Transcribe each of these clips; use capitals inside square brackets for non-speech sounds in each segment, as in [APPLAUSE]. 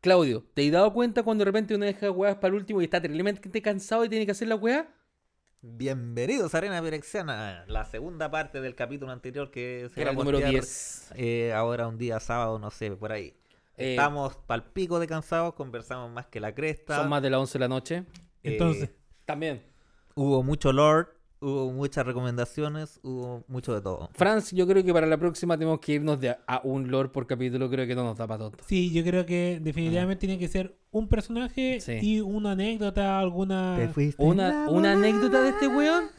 Claudio, ¿te has dado cuenta cuando de repente uno deja huevas para el último y está terriblemente cansado y tiene que hacer la hueá? Bienvenidos a Arena Pirexiana, la segunda parte del capítulo anterior que Era va el a número postear, 10. eh, ahora un día sábado, no sé, por ahí. Eh, Estamos pal pico de cansados, conversamos más que la cresta. Son más de las 11 de la noche. eh, Entonces, También. hubo mucho Lord, hubo muchas recomendaciones, hubo mucho de todo. Franz, yo creo que para la próxima tenemos que irnos de a un lore por capítulo, creo que no nos da para tonto. sí, yo creo que definitivamente tiene que ser un personaje Sí. y una anécdota, alguna... fuiste. Una, una anécdota de este weón.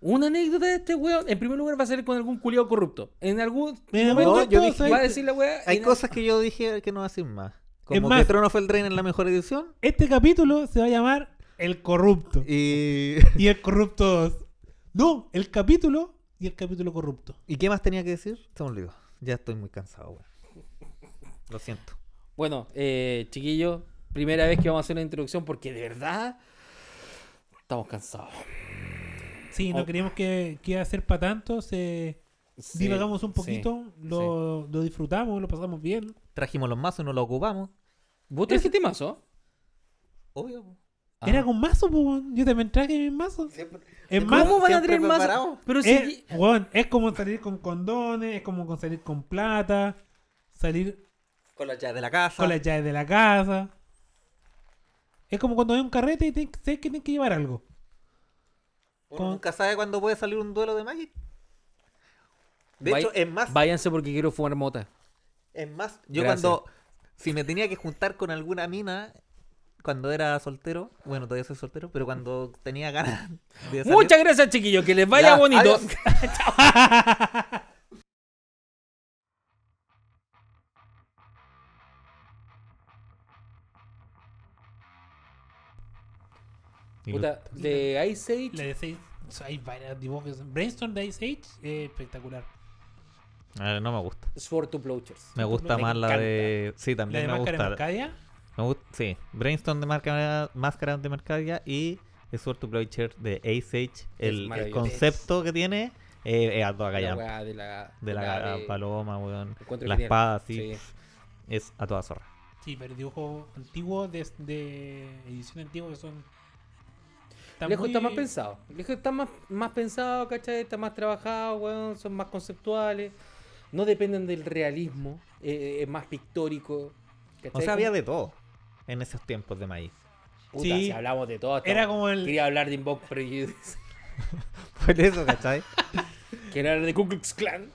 Una anécdota de este weón. En primer lugar va a ser con algún culiado corrupto. En algún Mira, momento bueno, yo todo, dije- ¿sabes? va a decir la weá. y Hay no- cosas que yo dije que no hacen más. Como más- que Trono fue el Drain en la mejor edición Este capítulo se va a llamar El Corrupto y... [LAUGHS] y El Corrupto 2. No, El Capítulo y El Capítulo Corrupto. ¿Y qué más tenía que decir? Se me olvidó. Ya estoy muy cansado, weón. Lo siento. Bueno, eh, chiquillos, primera vez que vamos a hacer una introducción porque de verdad estamos cansados. Sí, no Oh. creíamos que, que iba a ser para tanto, se... Sí, divagamos un sí. poquito, lo, lo disfrutamos, lo pasamos bien. Trajimos los mazos y no los ocupamos. ¿Vos trajiste mazo? Obvio. po. Ah. Era con mazo, po, weón. yo también traje mis mazos. Es ¿Cómo más, ¿Cómo van a Siempre traer mazo? preparado. Pero si... es, weón, es como salir con condones, es como con salir con plata, salir Con las llaves de la casa. con las llaves de la casa. Es como cuando hay un carrete y tienes- sabes que tienes que llevar algo. Uno con- nunca sabe cuándo puede salir un duelo de Magic. De Vai- hecho, es más, Váyanse porque quiero fumar mota. es más. Yo Gracias. cuando. Si me tenía que juntar con alguna mina. Cuando era soltero. Bueno, todavía soy soltero. Pero cuando tenía ganas de salir- Muchas gracias, chiquillos. Que les vaya Ya, bonito. [LAUGHS] adiós. Puta, de Ice Age. La de Sage, hay varios dibujos. Brainstorm de Ice Age eh, espectacular. Ah, no me gusta. Sword to Plowshares. Me gusta Me más la de. Sí, La también de me Máscara de gusta. Arcadia. Me gusta, sí. Brainstorm de marca, Máscara de Mercadia y el Sword to Plowshare de Ace Age. El, el maravilloso. concepto que tiene eh, es a toda La callampa. weá de la... De la, de- paloma, weón. Encuentro La genial. espada, así. Sí. Es a toda zorra. Sí, pero dibujos antiguos de, de edición antigua que son. están Lejos muy- está más pensado. Lejos está más, más pensado, ¿cachai? Está más trabajado, weón. Son más conceptuales. No dependen del realismo. eh, es más pictórico. O sea, había de todo en esos tiempos de maíz. Puta, Sí. si hablamos de todo. Era estamos- como el. Quería hablar de Invoke Prejudice. [LAUGHS] Por eso, ¿cachai? Quería hablar de Ku Klux Klan.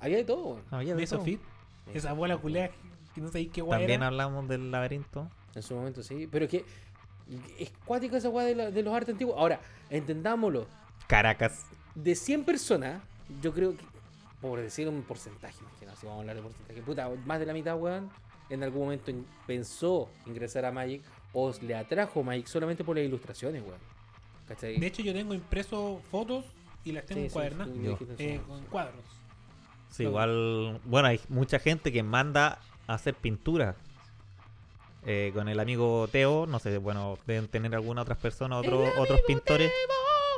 Había de todo, weón. [LAUGHS] Había de Maze todo. of It, Ah, Esa abuela culea que no sabéis qué guay También era. hablamos del laberinto. En su momento, sí. Pero es que... Es cuática esa weá de, la- de los artes antiguos. Ahora, entendámoslo. Caracas. de 100 personas, yo creo que, por decir un porcentaje, más que nada, si vamos a hablar de porcentaje, puta, más de la mitad, weón, en algún momento in- pensó ingresar a Magic o le atrajo Magic solamente por las ilustraciones, weón. ¿Cachai? De hecho, yo tengo impreso fotos y las tengo Sí, en sí, cuadernas. tú lo Yo. dijiste en su eh, momento, con sí. cuadros. Sí, Todo. igual. Bueno, hay mucha gente que manda a hacer pintura. Eh, con el amigo Teo, no sé, bueno, deben tener alguna otras personas, otros otros pintores.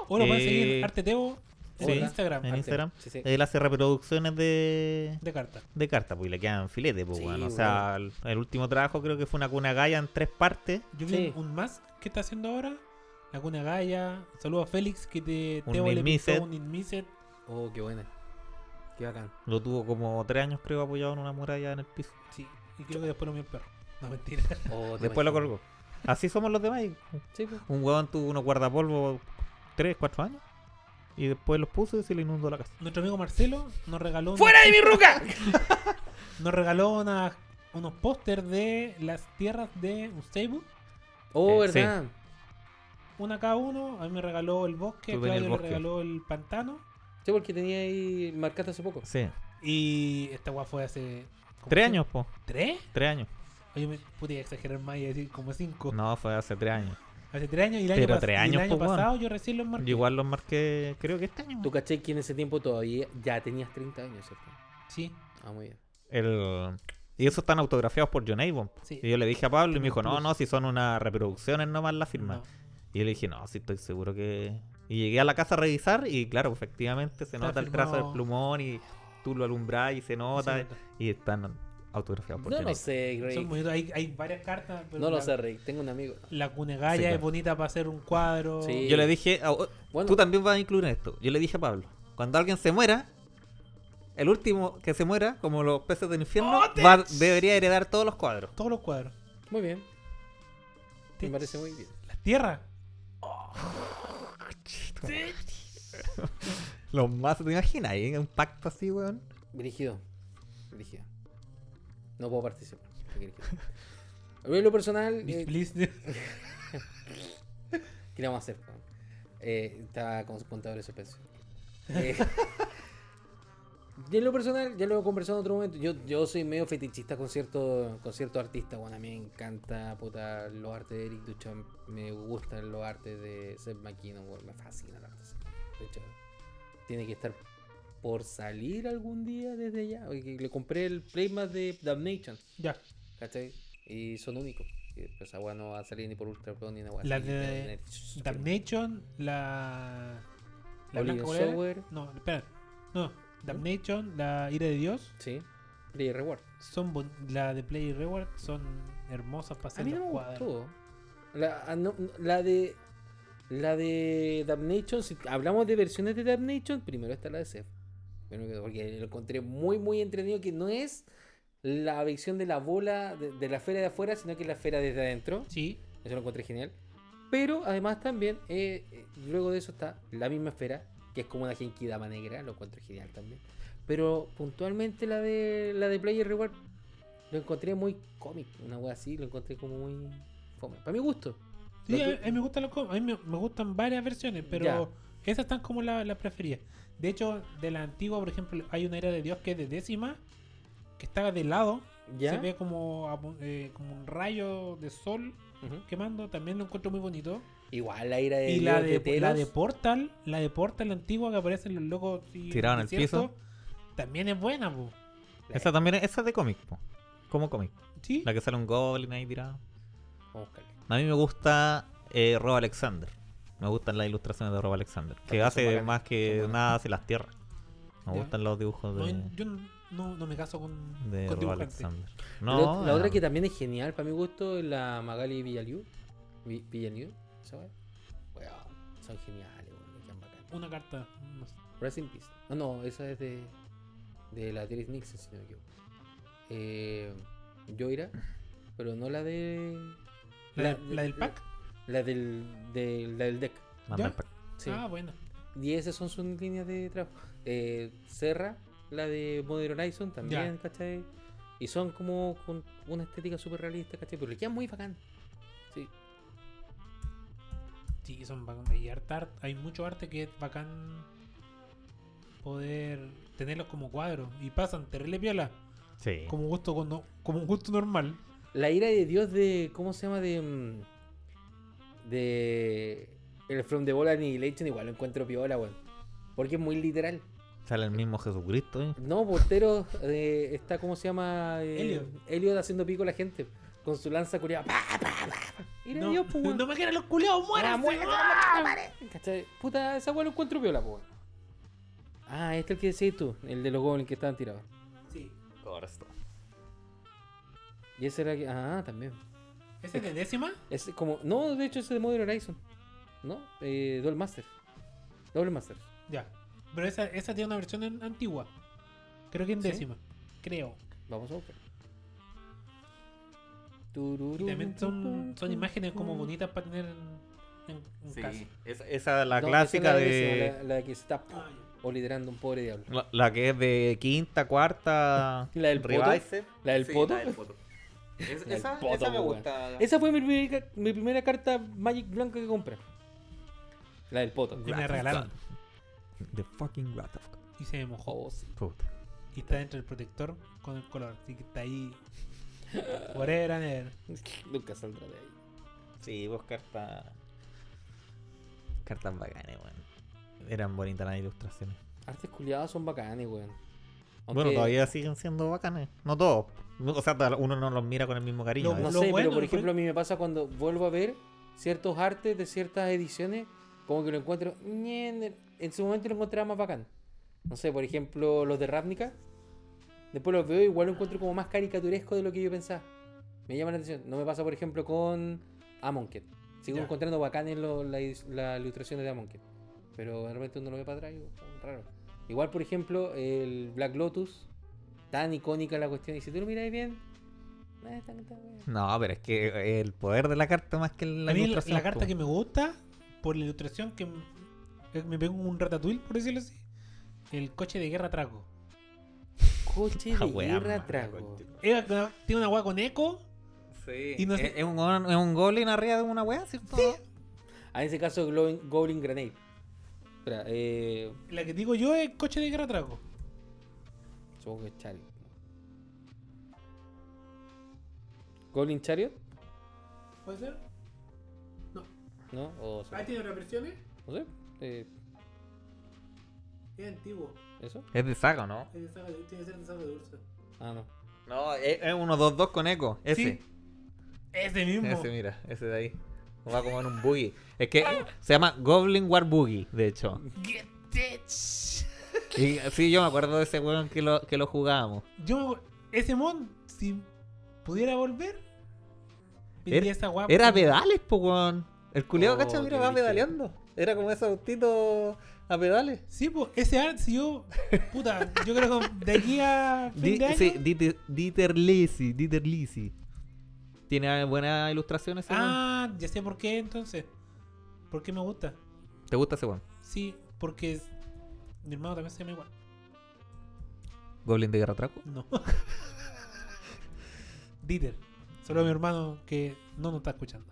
O lo pueden seguir Eh, en Arteteo sí, en Instagram. en Arte Instagram. Eh. Sí, sí. Él hace reproducciones de, De carta. de carta, pues y le quedan filetes, pues, Sí, bueno. O sea, el, el último trabajo creo que fue una cuna gaya en tres partes. Yo vi Sí. un- un más que está haciendo ahora. La Cuna Gaia. Saludos a Félix que te Un Teo le Nilmiset. pintó un Nilmiset. Oh, qué buena. Qué bacán. Lo tuvo como tres años, creo, apoyado en una muralla en el piso. Sí. Y creo que después lo vio el perro. No, mentira. [LAUGHS] Oh, te Después lo imagino. colgó. Así somos los de Magic. Sí, pues. Un huevón tuvo unos guardapolvos tres, cuatro años. Y después los puso y se le inundó la casa. Nuestro amigo Marcelo nos regaló. un- ¡Fuera de mi ruca! Nos regaló unas- unos pósters de las tierras de Unstable. [LAUGHS] Oh, Eh, sí. verdad. Una cada uno. A mí me regaló el bosque. Tú A ven el Claudio le bosque. regaló el pantano. Sí. porque tenía ahí. Marcaste hace poco. Sí. Y esta guay fue hace. como Tres cinco- años, po. ¿Tres? Tres años. Oye, me podía exagerar más y decir como cinco. No, fue hace tres años. Hace tres años y el año, Mm. Pero pas- tres y el años, año pues, pasado yo recién lo Yo marqué. Igual los marqué, creo que este año. Tú caché que en ese tiempo todavía ya tenías 30 años, ¿cierto? Sí, Ah, muy bien. El... Y esos están autografiados por John Avon. sí. Y yo le dije a Pablo y me dijo, no, Plus. no, si son unas reproducciones nomás las firmas. No. Y yo le dije, no, sí estoy seguro que... Y llegué a la casa a revisar y claro, efectivamente se Está nota el firmado. trazo del plumón y tú lo alumbras y se No se nota nota. y están autografiadas por No Johnny lo Depp. sé, Rick. Son bonitos. Hay, hay varias cartas. pero No lo la- sé, Rick. Tengo un amigo. La Cunegalla Sí, es claro. bonita para hacer un cuadro. Sí. Yo le dije, a- oh, Bueno. tú también vas a incluir esto. Yo le dije a Pablo, cuando alguien se muera, el último que se muera, como los peces del infierno, ¡Oh, va- debería heredar todos los cuadros. Todos los cuadros. Muy bien. Me Te- parece muy bien. La tierra. Los más, ¿te imaginas? ahí Un pacto así, weón. Brígido. Brígido. No puedo participar. [LAUGHS] Qué brígido. A mí en lo personal, Miss eh, Bliss. ¿qué le vamos a hacer? weón? Eh, estaba con su contador de suspensión. Eh, yo en lo personal, ya lo he conversado en otro momento. Yo, yo soy medio fetichista con cierto, con cierto artista. Bueno, a mí me encanta puta, los artes de Eric Duchamp. Me gustan los artes de Seth McKinnon. weón, Me fascina el arte. de Seth MacKinnon. De hecho, tiene que estar por salir algún día desde allá. Oye, que Le compré el Playmat de Damnation. [LAUGHS] Ya. ¿Cachai? Y son únicos. Que, Pues agua no va a salir ni por Ultra Pro ni nada. La de Damnation, la. La Oliver Blanca Bolera. Sauer. No, espera. No. Damnation, la ira de Dios. Sí. Play Reward. Son bon- la de Play y Reward son hermosas para A hacer mí no los me cuadros. gustó. La, ah, no, la de. La de Damnation, si hablamos de versiones de Damnation, primero está la de Seth. Primero que- Porque lo encontré muy, muy entretenido, que no es la visión de la bola de, de la esfera de afuera, sino que es la esfera desde adentro. Sí. Eso lo encontré genial. Pero además también, eh, eh, luego de eso está la misma esfera, que es como una genkidama negra, lo encontré genial también. Pero puntualmente la de la de Player Reward lo encontré muy cómic, una wea así, lo encontré como muy fome. Para mi gusto. Sí, Lo a, que- a mí me gustan los com- a mí me, me gustan varias versiones, pero Ya. esas están como la- las preferidas. De hecho, de la antigua, por ejemplo, hay una era de Dios que es de décima, que está de lado, ¿Ya? se ve como, apu- eh, como un rayo de sol Ujú. quemando, también lo encuentro muy bonito. Igual la ira de y la Dios de, la de Telos, Portal, la de Portal antigua que aparecen los locos y Tirado en el desierto, también es buena, po. la- Esa también es, esa es de cómic, po. Como cómic. ¿Sí? La que sale un goblin ahí tirado. Vamos a buscarla. A mí me gusta eh, Rob Alexander. Me gustan las ilustraciones de Rob Alexander. Que También son hace bacanas, más que son bacanas. nada hace las tierras. Me Ya. gustan los dibujos No, de, yo no, no me caso con, de con Rob dibujantes. Alexander. La No, ot- la otra ah, que también es genial para mi gusto es la Magali Villalú. Vi- Villalú, ¿sabes? Weón, son geniales, weón, me quedan bacanas. Una carta. no sé. Rest in Peace. No, no, esa es de, de la actriz Nixon, si no me equivoco. Eh, Joira, pero no la de. La, la del pack. La del, del- la del deck. manda ¿Ya? el pack. Sí. Ah, bueno. Y esas son sus líneas de trabajo. Eh, Serra, la de Modern Horizon también, ¿cachai? Y son como con una estética súper realista, ¿cachai? Pero le quedan muy bacán. Sí. Sí, son bacán. Y harta art- hay mucho arte que es bacán poder tenerlos como cuadros. Y pasan terrible piola. Sí. Como gusto cuando, como un gusto normal. La ira de Dios de. ¿Cómo se llama? De. mm, De. El From the Ball Annihilation, igual lo encuentro piola, weón. Porque es muy literal. Sale el mismo Jesucristo. ¿eh? No, Portero eh, está, ¿cómo se llama? Eh, Elliot. Elliot haciendo pico a la gente. Con su lanza curiada. Pa, pa, pa, pa. Ira de No, Dios, pues, weón. no me quieran los culeados, Ah, mueran. muérete, muérete, muérete. ¿Cachai? Puta, esa weón lo encuentro piola, po, weón. Ah, este es el que decís tú, el de los goblins que estaban tirados. Sí. Y ese era que. Ah, también. ¿Ese es de décima? Es como. No, de hecho, ese de Modern Horizon. ¿No? Eh, Duel Master. Double Master. Ya. Pero esa, esa tiene una versión en- antigua. Creo que en ¿Sí? décima. Creo. Vamos a buscar. Y también son, son imágenes como bonitas para tener en, en, en casa. Esa, esa la No, esa clásica es la de. décima, La, la que se está Ah, ya. o liderando un pobre diablo. La, la que es de quinta, cuarta. ¿La del poto? Revised. ¿La del poto? Es- La del poto, po, weón. gusta. Esa fue mi primera, mi primera carta Magic Blanca que compré. La del poto. Y me la regalaron. The fucking Wrath of God. Y se me mojó. Oh, sí. Puta. Y está dentro del protector con el color. Así que está ahí. Forever and ever. Nunca saldrá de ahí. Sí, vos cartas. Cartas bacanes, weón. Eran bonitas las ilustraciones. Artes culiadas son bacanes, weón. Bueno, Aunque- todavía siguen siendo bacanes. No todos. No, O sea, tal- uno no los mira con el mismo cariño. Lo- ¿eh? No Lo sé, bueno, pues. pero por lo ejemplo, a mí me pasa cuando vuelvo a ver ciertos artes de ciertas ediciones, como que lo encuentro. ñe, En en su momento lo encontraba más bacán. No sé, por ejemplo, los de Ravnica. Después los veo y igual lo encuentro como más caricaturesco de lo que yo pensaba. Me llama la atención. No me pasa, por ejemplo, con Amonkhet. Sigo Ya. encontrando bacanes lo- la, is- la ilustración de Amonkhet. Pero de repente uno lo ve para atrás y oh, raro. Igual, por ejemplo, el Black Lotus. Tan icónica la cuestión. Y si tú lo miras bien... eh, está- está bueno. No, pero es que eh, el poder de la carta más que la a mí la, ilustración, la carta po. que me gusta, por la ilustración que m- eh, me pego un ratatouille, por decirlo así, el coche de guerra trago. Coche Ah, de weá, guerra mala trago. concha. Era una- Tiene una hueá con eco. y no es, sé- es un, go- es un goblin arriba de una wea, ¿cierto? Ah, en ese caso, Glowing- Goblin Grenade. Espera, eh, La que digo yo es coche de guerra trago. Supongo que es Chariot. ¿Goblin Chariot? ¿Puede ser? No. ¿No? ¿O se- tiene otras versiones. no sé? eh, Es antiguo. ¿Eso? Es de saga, ¿no? Tiene que ser de saga de Ursa. Ah, no. No, es, es uno 2-2 con eco. Ese. Sí. Ese mismo. Ese, mira, ese de ahí. Va como en un boogie. Es que se llama Goblin War Boogie, de hecho. Get it. Y, sí, yo me acuerdo de ese weón que lo, que lo jugábamos. Yo, ese mon, si pudiera volver, vendría esa guapa. Era pedales, po, weón. El culiao, Oh, cacho, qué mira, va brígido. pedaleando. Era como esos autitos a pedales. Sí, pues, ese art, si yo. Puta, yo creo que de aquí a fin Di- de año. sí, Dieter, Dieter Lisi, Dieter Lisi. Tiene buenas ilustraciones, ese weón? ah, ya sé por qué entonces. ¿Por qué me gusta? ¿Te gusta ese weón? Sí, porque es- mi hermano también se llama igual. Goblin de Guerra Traco. No. [LAUGHS] Dieter. Solo mi hermano que no nos está escuchando.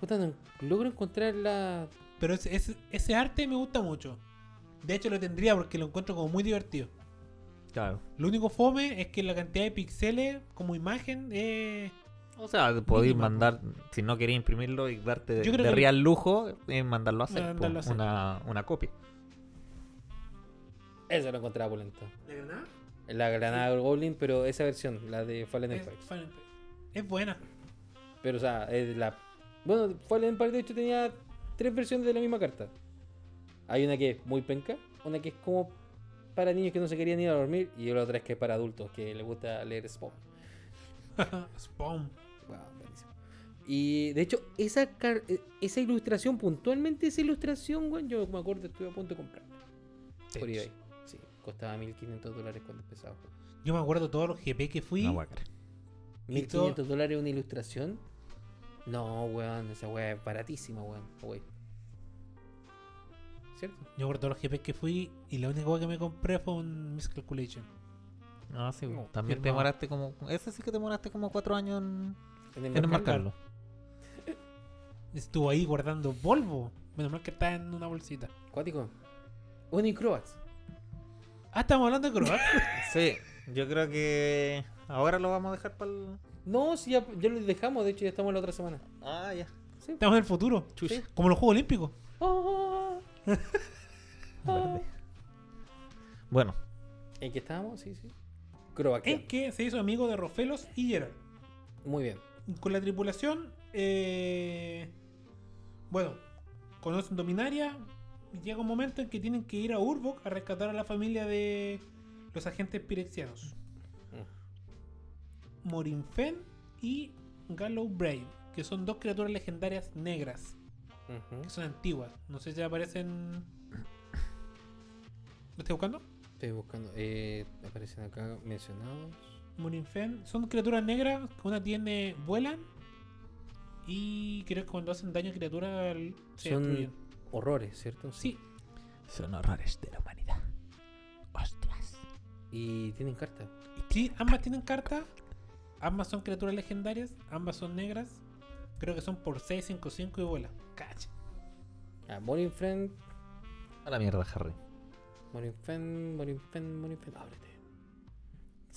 Puta, no logro encontrar la. Pero ese, ese, ese arte me gusta mucho. De hecho, lo tendría porque lo encuentro como muy divertido. Claro. Lo único fome es que la cantidad de píxeles como imagen eh, O sea, podéis Mínima, po. mandar, si no queréis imprimirlo y darte de, Yo creo de que- real lujo, eh, mandarlo a hacer, po, Mandarlo a hacer. Una, una copia. Eso lo encontraba polenta. ¿De granada? La granada del Goblin, pero esa versión, la de Fallen Es, Empire. fan- es buena. [LAUGHS] Pero, o sea, es la. Bueno, Fallen Empire de hecho tenía tres versiones de la misma carta. Hay una que es muy penca, una que es como para niños que no se querían ir a dormir, y la otra es que es para adultos que les gusta leer Spawn. Spawn. Wow, buenísimo. Y de hecho, esa, car- eh, esa ilustración, puntualmente esa ilustración, weón, yo me acuerdo, estuve a punto de comprarla. Por hecho. eBay. Sí, costaba 1500 dólares cuando empezaba. Yo me acuerdo todos los GP que fui. Una guacara. 1500 dólares una ilustración. No, weón, esa weá es baratísima, weón. Wey. ¿Cierto? yo me acuerdo todos los GP que fui y la única cosa que me compré fue un Miscalculation. Ah, sí, No, también te firmado. demoraste como. Ese sí que te demoraste como cuatro años en, En el en mercado. enmarcarlo. Estuvo ahí guardando Volvo. Menos mal que está en una bolsita. Cuático. Bueno, y Croats. Ah, estamos hablando de Croacia. Sí, yo creo que ahora lo vamos a dejar para el. No, si ya, ya lo dejamos, de hecho ya estamos la otra semana. Ah, ya. Sí. estamos en el futuro. Chucha. Como los Juegos Olímpicos. Ah, Verde. Bueno, ¿En qué estábamos? Sí, sí. Croacia. Es que se hizo amigo de Rofelos y Gerard. Muy bien. con la tripulación, eh, bueno, conocen Dominaria. y Llega un momento en que tienen que ir a Urbok a rescatar a la familia de los agentes pirexianos. Morinfen y Gallow Brave, que son dos criaturas legendarias negras, Ujú. que son antiguas. No sé si aparecen... ¿Lo estoy buscando? Estoy buscando. Eh, aparecen acá mencionados. Morinfen. Son criaturas negras que una tiene... Vuelan. Y creo que cuando hacen daño a criaturas se Son- destruyen. Horrores, ¿cierto? Sí, son horrores de la humanidad. Ostras. Y tienen carta. Sí, ambas tienen carta. Ambas son criaturas legendarias. Ambas son negras. Creo que son por 6, 5, 5 y bola. Cacha. Ah, Morning Friend. A la mierda, Harry. Morning Friend, Morning Friend, Morning Friend. Ábrete.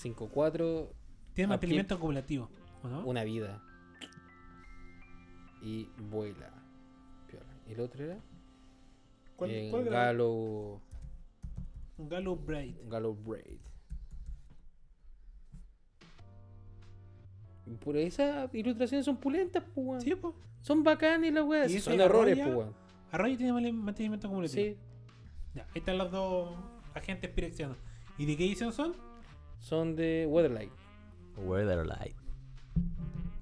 5-4, Tienen ¿A mantenimiento acumulativo. ¿O no? Ah, una vida. Y vuela. Piola. ¿Y el otro era? Eh, Galo. Un Galo Bright. Galo Braid. Por esas ilustraciones son pulentas, pues, weón. Sí, po. Son bacanes las weas. Y Sí, eso Son de horrores, Arroya, pues, weón. Arroyo tiene male- mantenimiento acumulativo. Sí. Ya, ahí están las dos. agentes pirexianos. ¿Y de qué edición son? Son de Weatherlight. Weatherlight.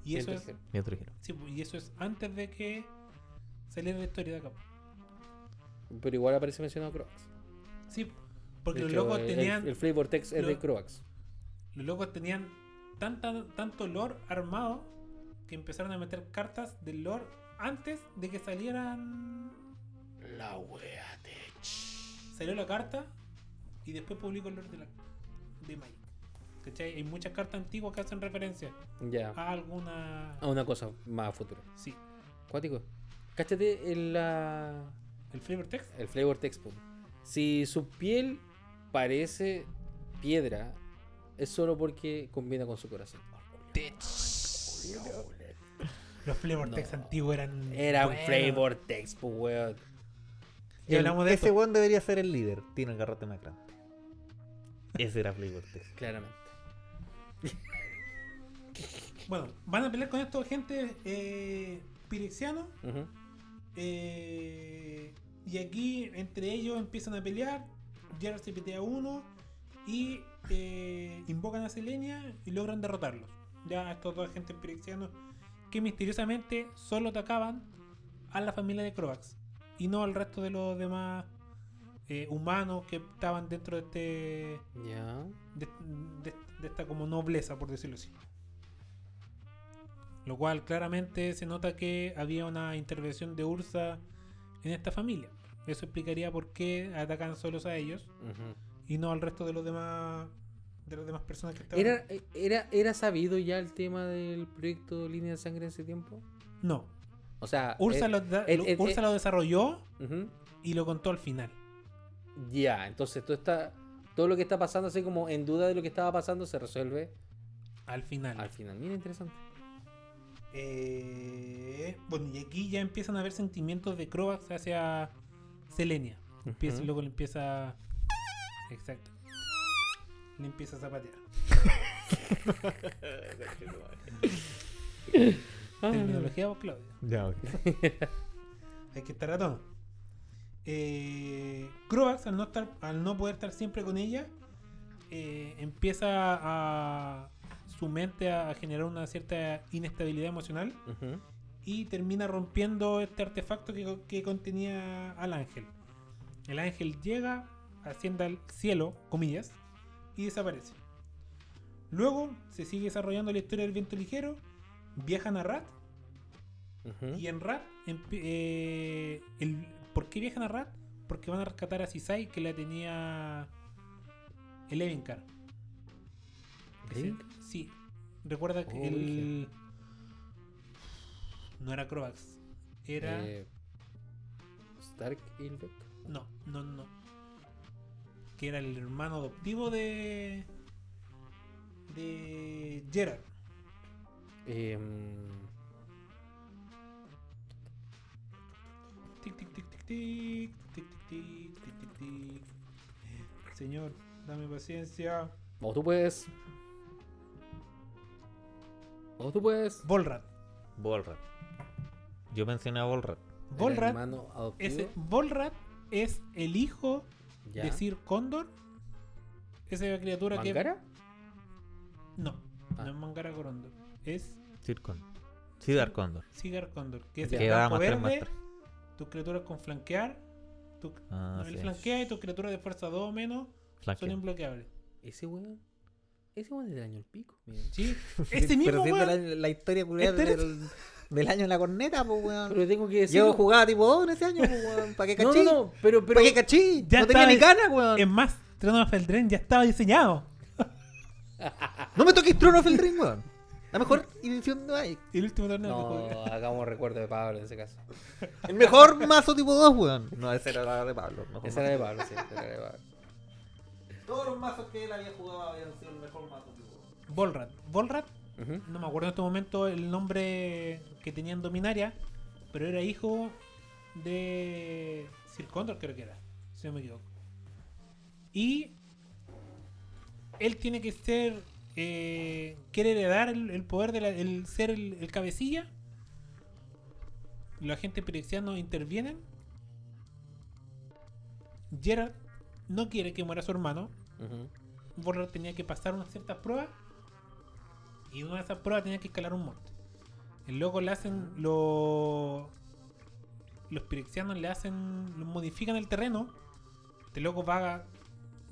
Y eso, es, Y otro giro. sí, pues, y eso es antes de que saliera la historia de acá. Pero igual aparece mencionado Croax. Sí, porque De los hecho, locos el- tenían. El, Flavor Text es lo- de Croax. Los locos tenían tanta, tanto lore armado que empezaron a meter cartas del lore antes de que salieran. La wea de Salió la carta y después publicó el lore de, la, de Magic. ¿Cachai? Hay muchas cartas antiguas que hacen referencia Ya. a alguna. A una cosa más a futuro. Sí, Cuático. Cáchate en la. el flavor text. El flavor text. po. Si su piel parece piedra, es solo porque combina con su corazón. Los flavor text antiguos eran. Era un buenos. flavor text, po, weón. Ya hablamos de ese eso. weón debería ser el líder. Tiene el garrote más grande. Ese era Flavor [LAUGHS] Text. Claramente. Bueno, van a pelear con estos agentes eh, pirexianos. Ujú. Eh, y aquí entre ellos empiezan a pelear. Jared se pitea a uno y eh, invocan a Selenia y logran derrotarlos. Ya a estos dos agentes pirexianos que misteriosamente solo atacaban a la familia de Croax y no al resto de los demás eh, humanos que estaban dentro de este Ya. de, de- de esta como nobleza, por decirlo así. Lo cual claramente se nota que había una intervención de Ursa en esta familia. Eso explicaría por qué atacan solos a ellos Ujú. y no al resto de los demás de las demás personas que estaban. ¿Era, era, ¿Era sabido ya el tema del proyecto Línea de Sangre en ese tiempo? No, O sea. Ursa, eh, lo, da- eh, lo- eh, Ursa eh. lo desarrolló ujú. y lo contó al final. Ya, entonces todo está. Todo lo que está pasando, así como en duda de lo que estaba pasando, se resuelve Al final. al final. Mira, interesante. Eh, bueno, y aquí ya empiezan a haber sentimientos de Croax hacia Selenia. Empieza, Ujú. Luego le empieza. Exacto. Le empieza a zapatear. Ah, Terminología vos, Claudia. Ya, Hay que estar a tono. Eh, Croax, al no, estar, al no poder estar siempre con ella, eh, empieza a. su mente a, a generar una cierta inestabilidad emocional Ujú. y termina rompiendo este artefacto que, que contenía al ángel. El ángel llega, asciende al cielo, comillas, y desaparece. Luego se sigue desarrollando la historia del viento ligero, viajan a Rat, Ujú. y en Rat, empi- eh, el- ¿por qué viajan a Rat? Porque van a rescatar a Sisai que la tenía el Evinkar. ¿Sí? Sí, recuerda que Oh, el... No era Croax, era... Eh, Stark Hilbert. No, no, no. Que era el hermano adoptivo de. de. Gerard. Em, Tic, tic, tic, tic, tic, tic, tic, tic, tic, tic, tic. Señor, dame paciencia. o tú puedes. O tú puedes. Volrat. Volrat. Yo mencioné a Volrat. Era Volrat hermano es, adoptivo. Volrat es el hijo Ya. de Sir Cóndor. Esa criatura ¿Mangara? que. No, Ah. no es Mangara Corondor. Es Circon. Sidar Condor. Sigar Cóndor. Que es Ya. el Que va a campo matar más verde. tres. tus criaturas con flanquear. Tu, Ah, el sí. flanquea y tus criaturas de fuerza 2 o menos Flanqueo. son imbloqueables. Ese weón. Ese weón es del año el pico. mira. Sí, ese mismo Pero siendo la, weón. la historia culiada Este era- del, del año en la corneta, pues Ah. weón. Pero tengo que decir. Yo jugaba tipo 2 en ese año, pues weón. ¿Para qué No, cachí? no, no, pero, pero ¿Para qué cachí? Ya no tenía estaba- ni ganas, weón. Es más, Trono of Eldraine ya estaba diseñado. No me toques Trono of Eldraine, weón. La mejor edición no hay. El último torneo que jugué. No, hagamos recuerdo de Pablo en ese caso. El mejor mazo tipo 2, weón. No, esa era la de Pablo. mejor Esa mazo. era de Pablo, sí. esa era de Pablo. Todos los mazos que él había jugado habían sido el mejor mazo tipo 2. Volrat. Volrat, [LAUGHS] Ujú. no me acuerdo en este momento el nombre que tenía en Dominaria, pero era hijo de Sir Condor, creo que era, si no me equivoco. Y él tiene que ser. eh, quiere heredar el, el poder de la- el ser el, el cabecilla. Los agentes pirexianos intervienen. Gerard no quiere que muera su hermano. Ujú. Borler tenía que pasar unas ciertas pruebas. Y una de esas pruebas tenía que escalar un monte. El loco le hacen. Lo, los pirexianos le hacen. lo modifican el terreno. Este loco va a,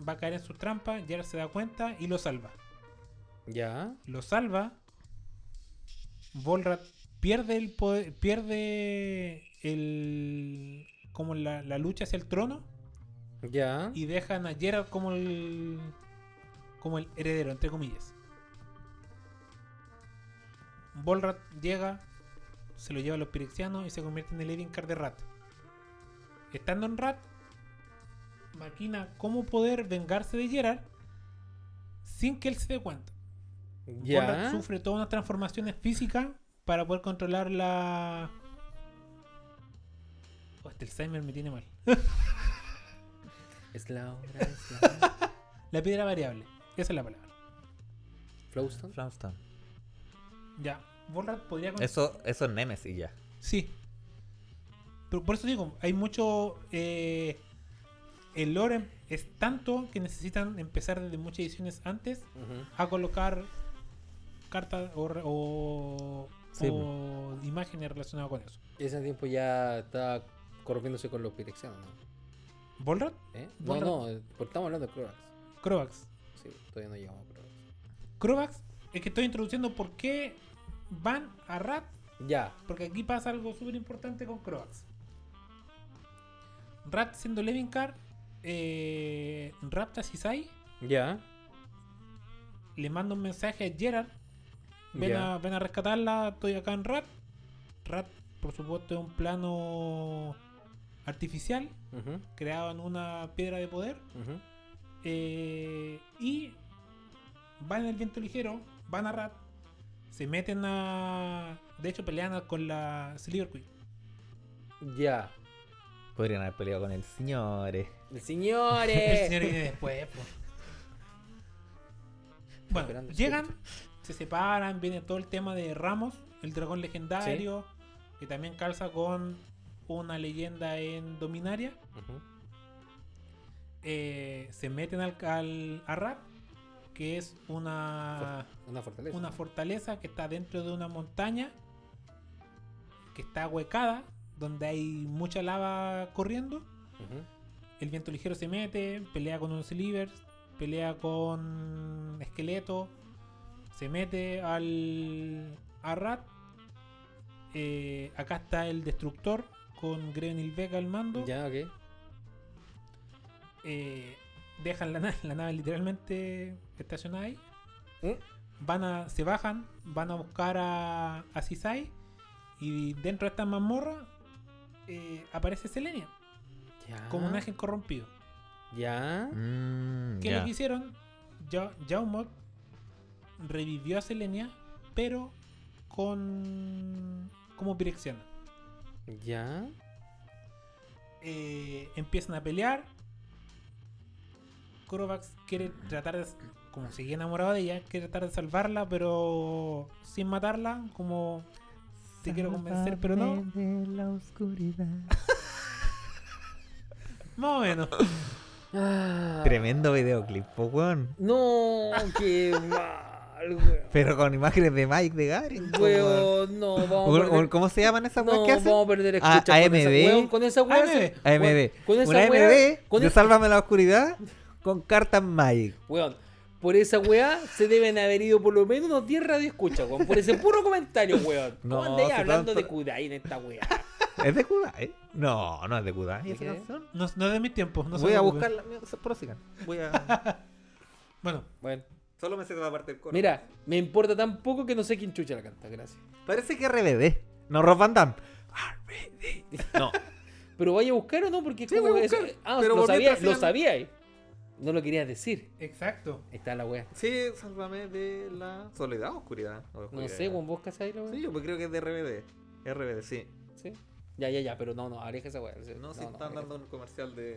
va a caer en sus trampas. Geralt se da cuenta y lo salva. Ya. Lo salva. Volrat pierde el poder. Pierde el. como la, la lucha hacia el trono Ya. y dejan a Gerard como el como el heredero entre comillas. Bolrat llega, se lo lleva a los pirexianos y se convierte en el Evinkar de Rat. Estando en Rat, maquina cómo poder vengarse de Gerard sin que él se dé cuenta. Conrad Ya. sufre todas unas transformaciones físicas para poder controlar la. Oh, este Alzheimer me tiene mal. Es la hora, es la hora. La piedra variable, esa es la palabra. Flowstone. Flagstone. Ya, Borrat podría. con- Eso, eso es Nemesis ya. Sí. Pero por eso digo, hay mucho. eh, el lore es tanto que necesitan empezar desde muchas ediciones antes Ujú. a colocar cartas o, re- o- Sí, o imágenes relacionadas con eso. Ese tiempo ya está corrompiéndose con los pirexianos, ¿no? ¿Bolrat? ¿Eh? No, Bueno. no, porque estamos hablando de Croax. Crovax. Sí, todavía no llegamos a Croax. Crovax es que estoy introduciendo por qué van a Rat Ya. Porque aquí pasa algo súper importante con Croax. Rat siendo Levincar, eh, rapta a Sisai, Ya. le manda un mensaje a Gerard. Ven, Ya. a, ven a rescatarla, estoy acá en Rat. Rat, por supuesto, es un plano artificial, Ujú, creado en una piedra de poder. ujú. Eh, y van en el viento ligero, van a Rat, se meten a... De hecho, pelean con la Silver Queen. Ya. Podrían haber peleado con el eh. señores. El [LAUGHS] El señores. señor viene después, po. Bueno, esperando el llegan, se separan, viene todo el tema de Ramos, el dragón legendario, que también calza con una leyenda en Dominaria. Ujú. Eh, se meten al, al a Rat, que es una, Una fortaleza. una fortaleza que está dentro de una montaña, que está huecada, donde hay mucha lava corriendo. Ujú. El viento ligero se mete, pelea con unos slivers, pelea con esqueleto, se mete al a Rat. Eh, acá está el destructor con Grevenil Vega al mando. Ya, ok. Eh, dejan la nave, la nave literalmente estacionada ahí. ¿Mm? Van a, se bajan, van a buscar a, a Sisai y dentro de esta mazmorra eh, aparece Selenia Ya. como un ángel corrompido. Ya. Mmm. ¿Qué es lo que hicieron? Ja- Jaume revivió a Selenia, pero con. como Pirexiana. Ya. Eh, empiezan a pelear. Korovax quiere tratar de. como seguía enamorado de ella, quiere tratar de salvarla, pero sin matarla, como. te quiero convencer, pero no. De la oscuridad. [LAUGHS] Más o menos. Ah. Tremendo videoclip, po, weón. No, qué [LAUGHS] mal, weón. Pero con imágenes de Mike de Gary. po, weón. Weón, no, vamos a Weón, perder. weón, ¿Cómo se llaman esas weas no, que hacen? vamos a perder Ah, A- escucha con esa- AMD. weón, con esa weá. se- AMD. weón, Con esa Una AMD weá. Con de esa- Sálvame la Oscuridad con cartas Mike. Weón, por esa weá se deben haber ido por lo menos unos 10 radioescuchas, weón. Por ese puro comentario, weón. No, ¿Cómo andáis si hablando tanto- de Kudai en esta weá? ¿Es de Kudai? No, no es de Kudai ¿De esa qué? canción. No, no es de mi tiempo. No se Voy a preocupen. buscarla. mira, prosigan. Voy [LAUGHS] a... Bueno, Bueno, Solo me sé toda la parte del coro. mira, me importa tan poco que no sé quién chucha la canta, gracias. Parece que RBD. No Rob Van Damme. RBD. No. ¿Pero vaya a buscar o no? Porque es Sí, como voy a que eso- buscar, Ah, pero lo por sabía, mientras lo sigan- sabía. No lo querías decir. exacto. Ahí Está la weá. Sí, sálvame de la soledad o oscuridad. O No oscuridad. sé, weón, vos casáis la weá. Sí, yo pues creo que es de RBD. RBD, sí. Sí. Ya, ya, ya, pero no, Eh, no, aleja esa weá. No, si están aleja. dando un comercial [COUGHS] de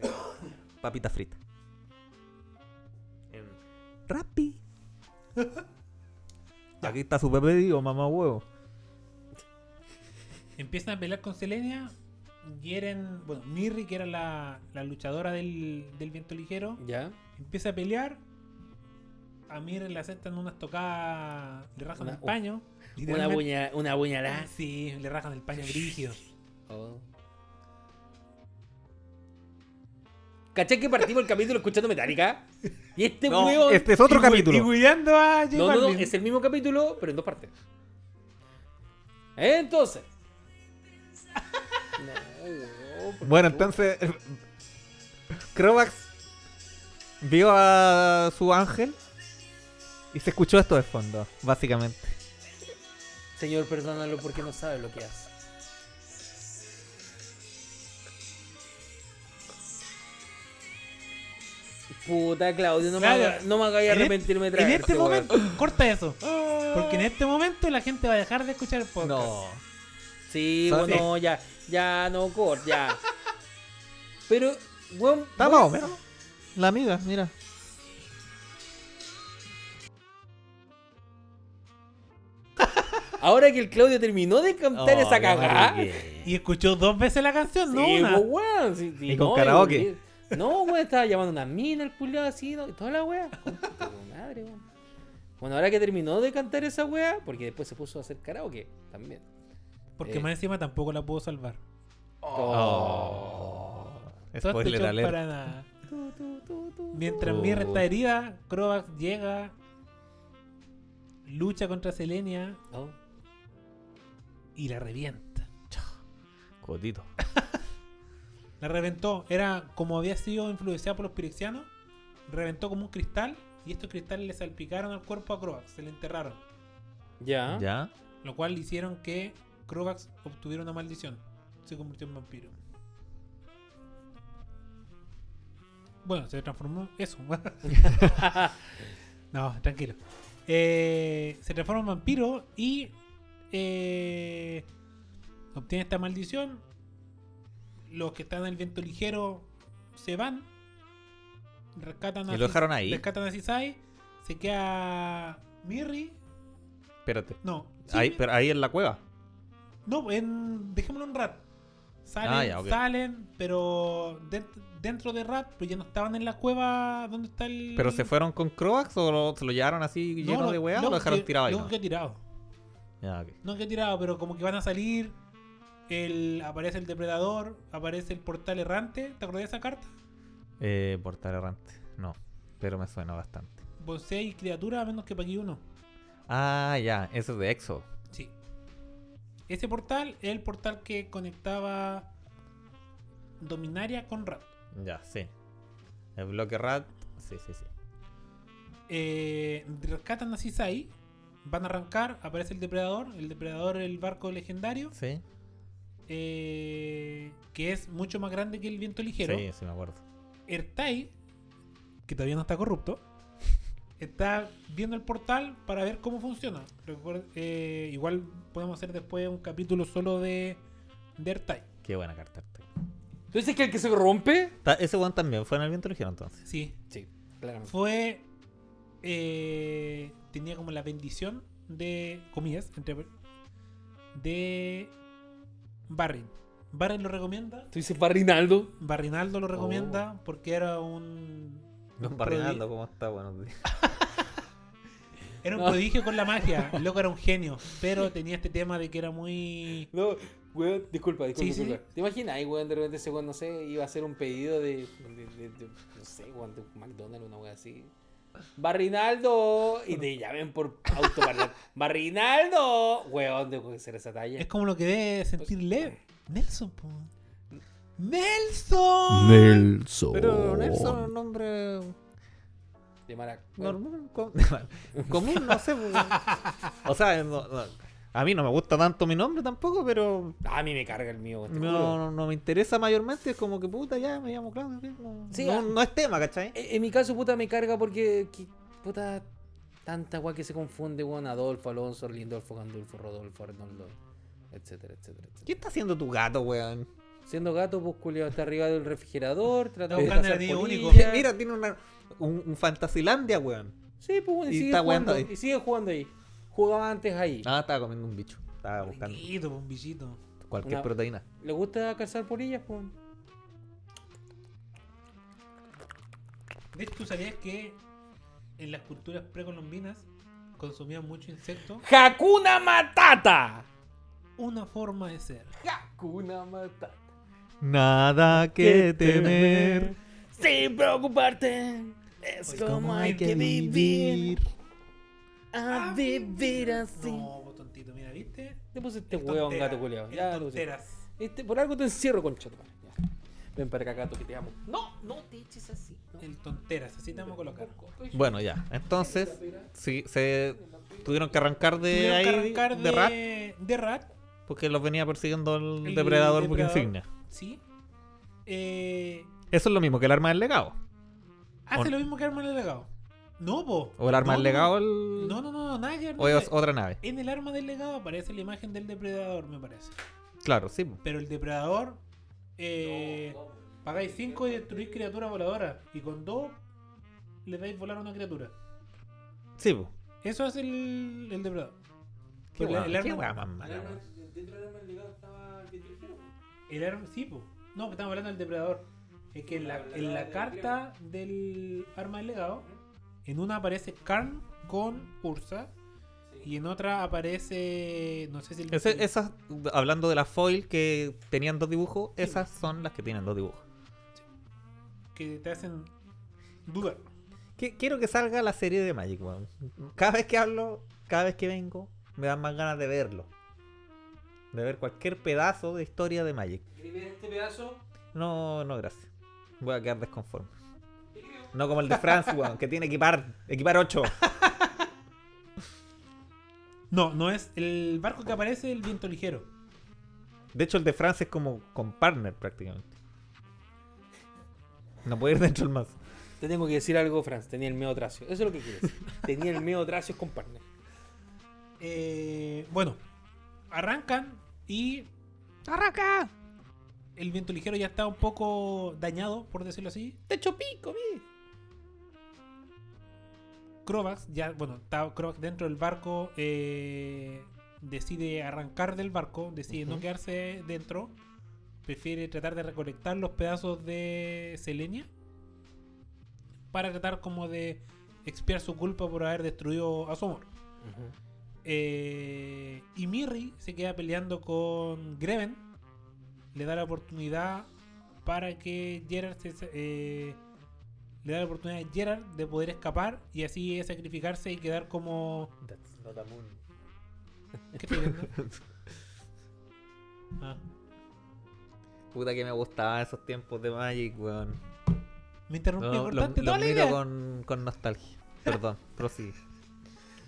papitas fritas. En [LAUGHS] Rappi. Aquí está su pedido, mamá huevo. Empiezan a pelear con Selenia. Yeren, bueno, Mirri, que era la, la luchadora del, del viento ligero, ¿Ya? empieza a pelear. A Mirri le aceptan unas tocadas, le rajan Una- el paño. Una, literalmente. buña, una buñalada. Sí, le rajan el paño [LAUGHS] brígido. Oh. ¿Cachai que partimos el capítulo escuchando Metallica? Y este No, huevón- este es otro Y cu- Y capítulo. cuidando a J No, no, no, Balvin. es el mismo capítulo, pero en dos partes. Entonces. [LAUGHS] No, weón, por Bueno, favor. entonces. Crovax vio a su ángel y se escuchó esto de fondo, básicamente. Señor, perdónalo porque no sabe lo que hace. Puta, Claudio, no me, Claro, haga- no me hagáis en e- arrepentirme de En traer este weón. Ah. momento, [LAUGHS] corta eso. Porque en este momento la gente va a dejar de escuchar el podcast. No. Sí, ¿Sabes? bueno, no, ya, ya, no, cort, [LAUGHS] ya. Pero, weón. Está weón, más o menos. La amiga, mira. Ahora que el Claudio terminó de cantar Oh, esa Oh, cagada. Y escuchó dos veces la canción, no Sí, una. pues, weón, sí, sí, Y con no, karaoke. y- No, weón, estaba llamando una mina el culiado así, ¿no? y toda la weá. Puta madre, weón. Bueno, ahora que terminó de cantar esa weá, porque después se puso a hacer karaoke también. Porque Eh. más encima tampoco la pudo salvar. Oh. Todo Spoiler este show alert. para nada. Tu, tu, tu, tu. Mientras Oh. Mirra está herida, Crovax llega, lucha contra Selenia Oh. y la revienta. Cotito. La reventó. Era como había sido influenciada por los pirexianos. Reventó como un cristal y estos cristales le salpicaron al cuerpo a Crovax. Se le enterraron. ¿Ah? Ya. ¿Ya? Lo cual hicieron que Crovax obtuviera una maldición. Se convirtió en vampiro. Bueno, se transformó. Eso. [LAUGHS] no, tranquilo. Eh, se transforma en vampiro y eh, obtiene esta maldición. Los que están en el viento ligero se van. Rescatan a ¿Y lo Sis- dejaron ahí? Rescatan a Sisai. Se queda Mirri. Espérate. No. sí, Ahí, pero ahí en la cueva. no, en, dejémoslo en Rat. Salen, Ah, ya, ok. salen, pero dent- dentro de Rat, pero ya no estaban en la cueva donde está el. ¿Pero se fueron con Crovax o lo- se lo llevaron así No, lleno lo- de weá o no, lo dejaron que- tirado ahí? No, nomás? que tirado. Ya, ok. No que tirado, pero como que van a salir. El, aparece el depredador, aparece el portal errante. ¿Te acordás de esa carta? Eh, portal errante. No, pero me suena bastante. Vos seis Pues criaturas a menos que pague uno. Ah, ya, eso es de Exo. Sí. Ese portal es el portal que conectaba Dominaria con Rat. Ya, sí. El bloque rat. Sí, sí, sí. Eh, rescatan a Sisai. Van a arrancar. Aparece el depredador. El depredador, el barco legendario. Sí. eh, que es mucho más grande que el viento ligero. Sí, sí, me acuerdo. Ertai, que todavía no está corrupto, está viendo el portal para ver cómo funciona. Recuer- eh, igual podemos hacer después un capítulo solo de, de Er Ertai. Qué buena carta. [LAUGHS] ¿Tú dices que el que se rompe? Ta- Ese one también fue en el viento ligero entonces. Sí, Sí, claramente. fue. eh, tenía como la bendición de. comillas, entre. de. Barrin. Barrin lo recomienda. ¿Tú dices Barrinaldo? Barrinaldo lo recomienda porque era un. Oh. Don un Barrinaldo, prodi- ¿cómo está? Buenos días. Era un No. prodigio con [LAUGHS] la magia. El loco era un genio. Pero tenía este tema de que era muy. No, weón, disculpa, disculpa, Sí, sí, disculpa. ¿Te imaginas, ahí, weón, de repente ese weón, no sé, iba a hacer un pedido de, de- de- de- no sé, weón, de McDonald's, una weón así. Barrinaldo, y te llamen por auto [LAUGHS] Barrinaldo, weón, tengo que hacer esa talla. Es como lo que debe sentir Pues, Lev. eh. Nelson, po. ¡Nelson! Nelson. Pero Nelson es un nombre De marac. Weón, normal, com- [LAUGHS] común, no sé. pues. O sea, no- no- a mí no me gusta tanto mi nombre tampoco, pero Ah, A mí me carga el mío, te no, juro. no- no me interesa mayormente. Es como que puta, ya me llamo Claudio. ¿qué? No, Sí, no- ah. no es tema, ¿cachai? En en mi caso, puta, me carga porque, que- puta, tanta weón que se confunde, weón, Adolfo, Alonso, Lindolfo, Gandulfo, Rodolfo, Arnoldo, etcétera, etcétera, etcétera. ¿Qué está haciendo tu gato, weón? Siendo gato, pues culiao, está arriba del refrigerador, tratando de buscando el cazar anillo único. polillas. Mira, tiene una, un, un Fantasilandia, weón. Sí, pues bueno, y, Y sigue está jugando, jugando ahí. ahí. y sigue jugando ahí. Jugaba antes ahí. Ah, estaba comiendo un bicho. Estaba buscando. Brinquito, po, un bichito. Cualquier Una- proteína. ¿Le gusta calzar por ellas, pues? De hecho, ¿tú sabías que en las culturas precolombinas consumían mucho insecto? ¡Hakuna Matata! Una forma de ser. ¡Hakuna Matata! Nada que temer. Sin preocuparte. Es Pues, como ¿cómo hay que vivir. A vivir así. Ah. No, tontito, mira, ¿viste? Te puse este Es hueón, tontera, gato culiao. es Ya, lo puse. tonteras. Este, por algo te encierro, concha. tu madre. Ya. Ven para acá, gato, que te amo. No, no te eches así. No. El tonteras, así te vamos a colocar. Bueno, ya. Entonces, sí, se tuvieron que arrancar de Tuvieron ahí, que arrancar de, de Rat, de Rat, porque los venía persiguiendo el, El depredador por depredador. insignia. sí. Eh, Eso es lo mismo que el arma del legado. hace O- lo mismo que arma del legado. No, po. O el arma No, del no, legado, No, el- no, eh. no, no, nada que ver. o es otra nave. En el arma del legado aparece la imagen del depredador, me parece. Claro, sí. Pero el depredador. Eh, pagáis 5 y destruís criatura voladora. Y con 2 le dais volar a una criatura. Sí, po. Eso hace el, el depredador. Qué Pero la- guay, el qué arma- guay más Ah, mala, weón. Dentro del arma ligado estaba el tijero. El arma, sí, po. No, pero estamos hablando del depredador. Es que en la, en la carta del arma del legado, en una aparece Karn con Ursa. Y en otra aparece. No sé si el. Ese- esas, hablando de la foil que tenían dos dibujos, esas son las que tienen dos dibujos. Que te hacen dudar. Que- quiero que salga la serie de Magic, weón. Cada vez que hablo, cada vez que vengo, me dan más ganas de verlo. De ver cualquier pedazo de historia de Magic. Escribe este pedazo. No, no, gracias. Voy a quedar desconforme. No como el [LAUGHS] de France, weón, que tiene equipar, equipar 8. No, no es. El barco que aparece el viento ligero. De hecho, el de France es como con partner prácticamente. No puede ir dentro del mazo. Te tengo que decir algo, Franz. Tenía el medio tracio. Eso es lo que quieres. [LAUGHS] Tenía el medio tracio con partner. Eh, bueno, arrancan y. ¡Arranca! El viento ligero ya está un poco dañado, por decirlo así. Te echo pico, mi. Crovax, ya, bueno, está Crovax dentro del barco. eh, decide arrancar del barco, decide no Ujú. quedarse dentro. Prefiere tratar de recolectar los pedazos de Selenia. Para tratar como de expiar su culpa por haber destruido a su amor. Eh, y Mirri se queda peleando con Greven. Le da la oportunidad para que Gerard se- se- eh, le da la oportunidad a Gerard de poder escapar y así sacrificarse y quedar como. That's not a moon. ¿Qué estoy viendo? Ah. Puta que me gustaban esos tiempos de Magic, weón. Me interrumpí, No, lo, cortaste lo toda la miro idea. con, con nostalgia. Perdón, prosigue.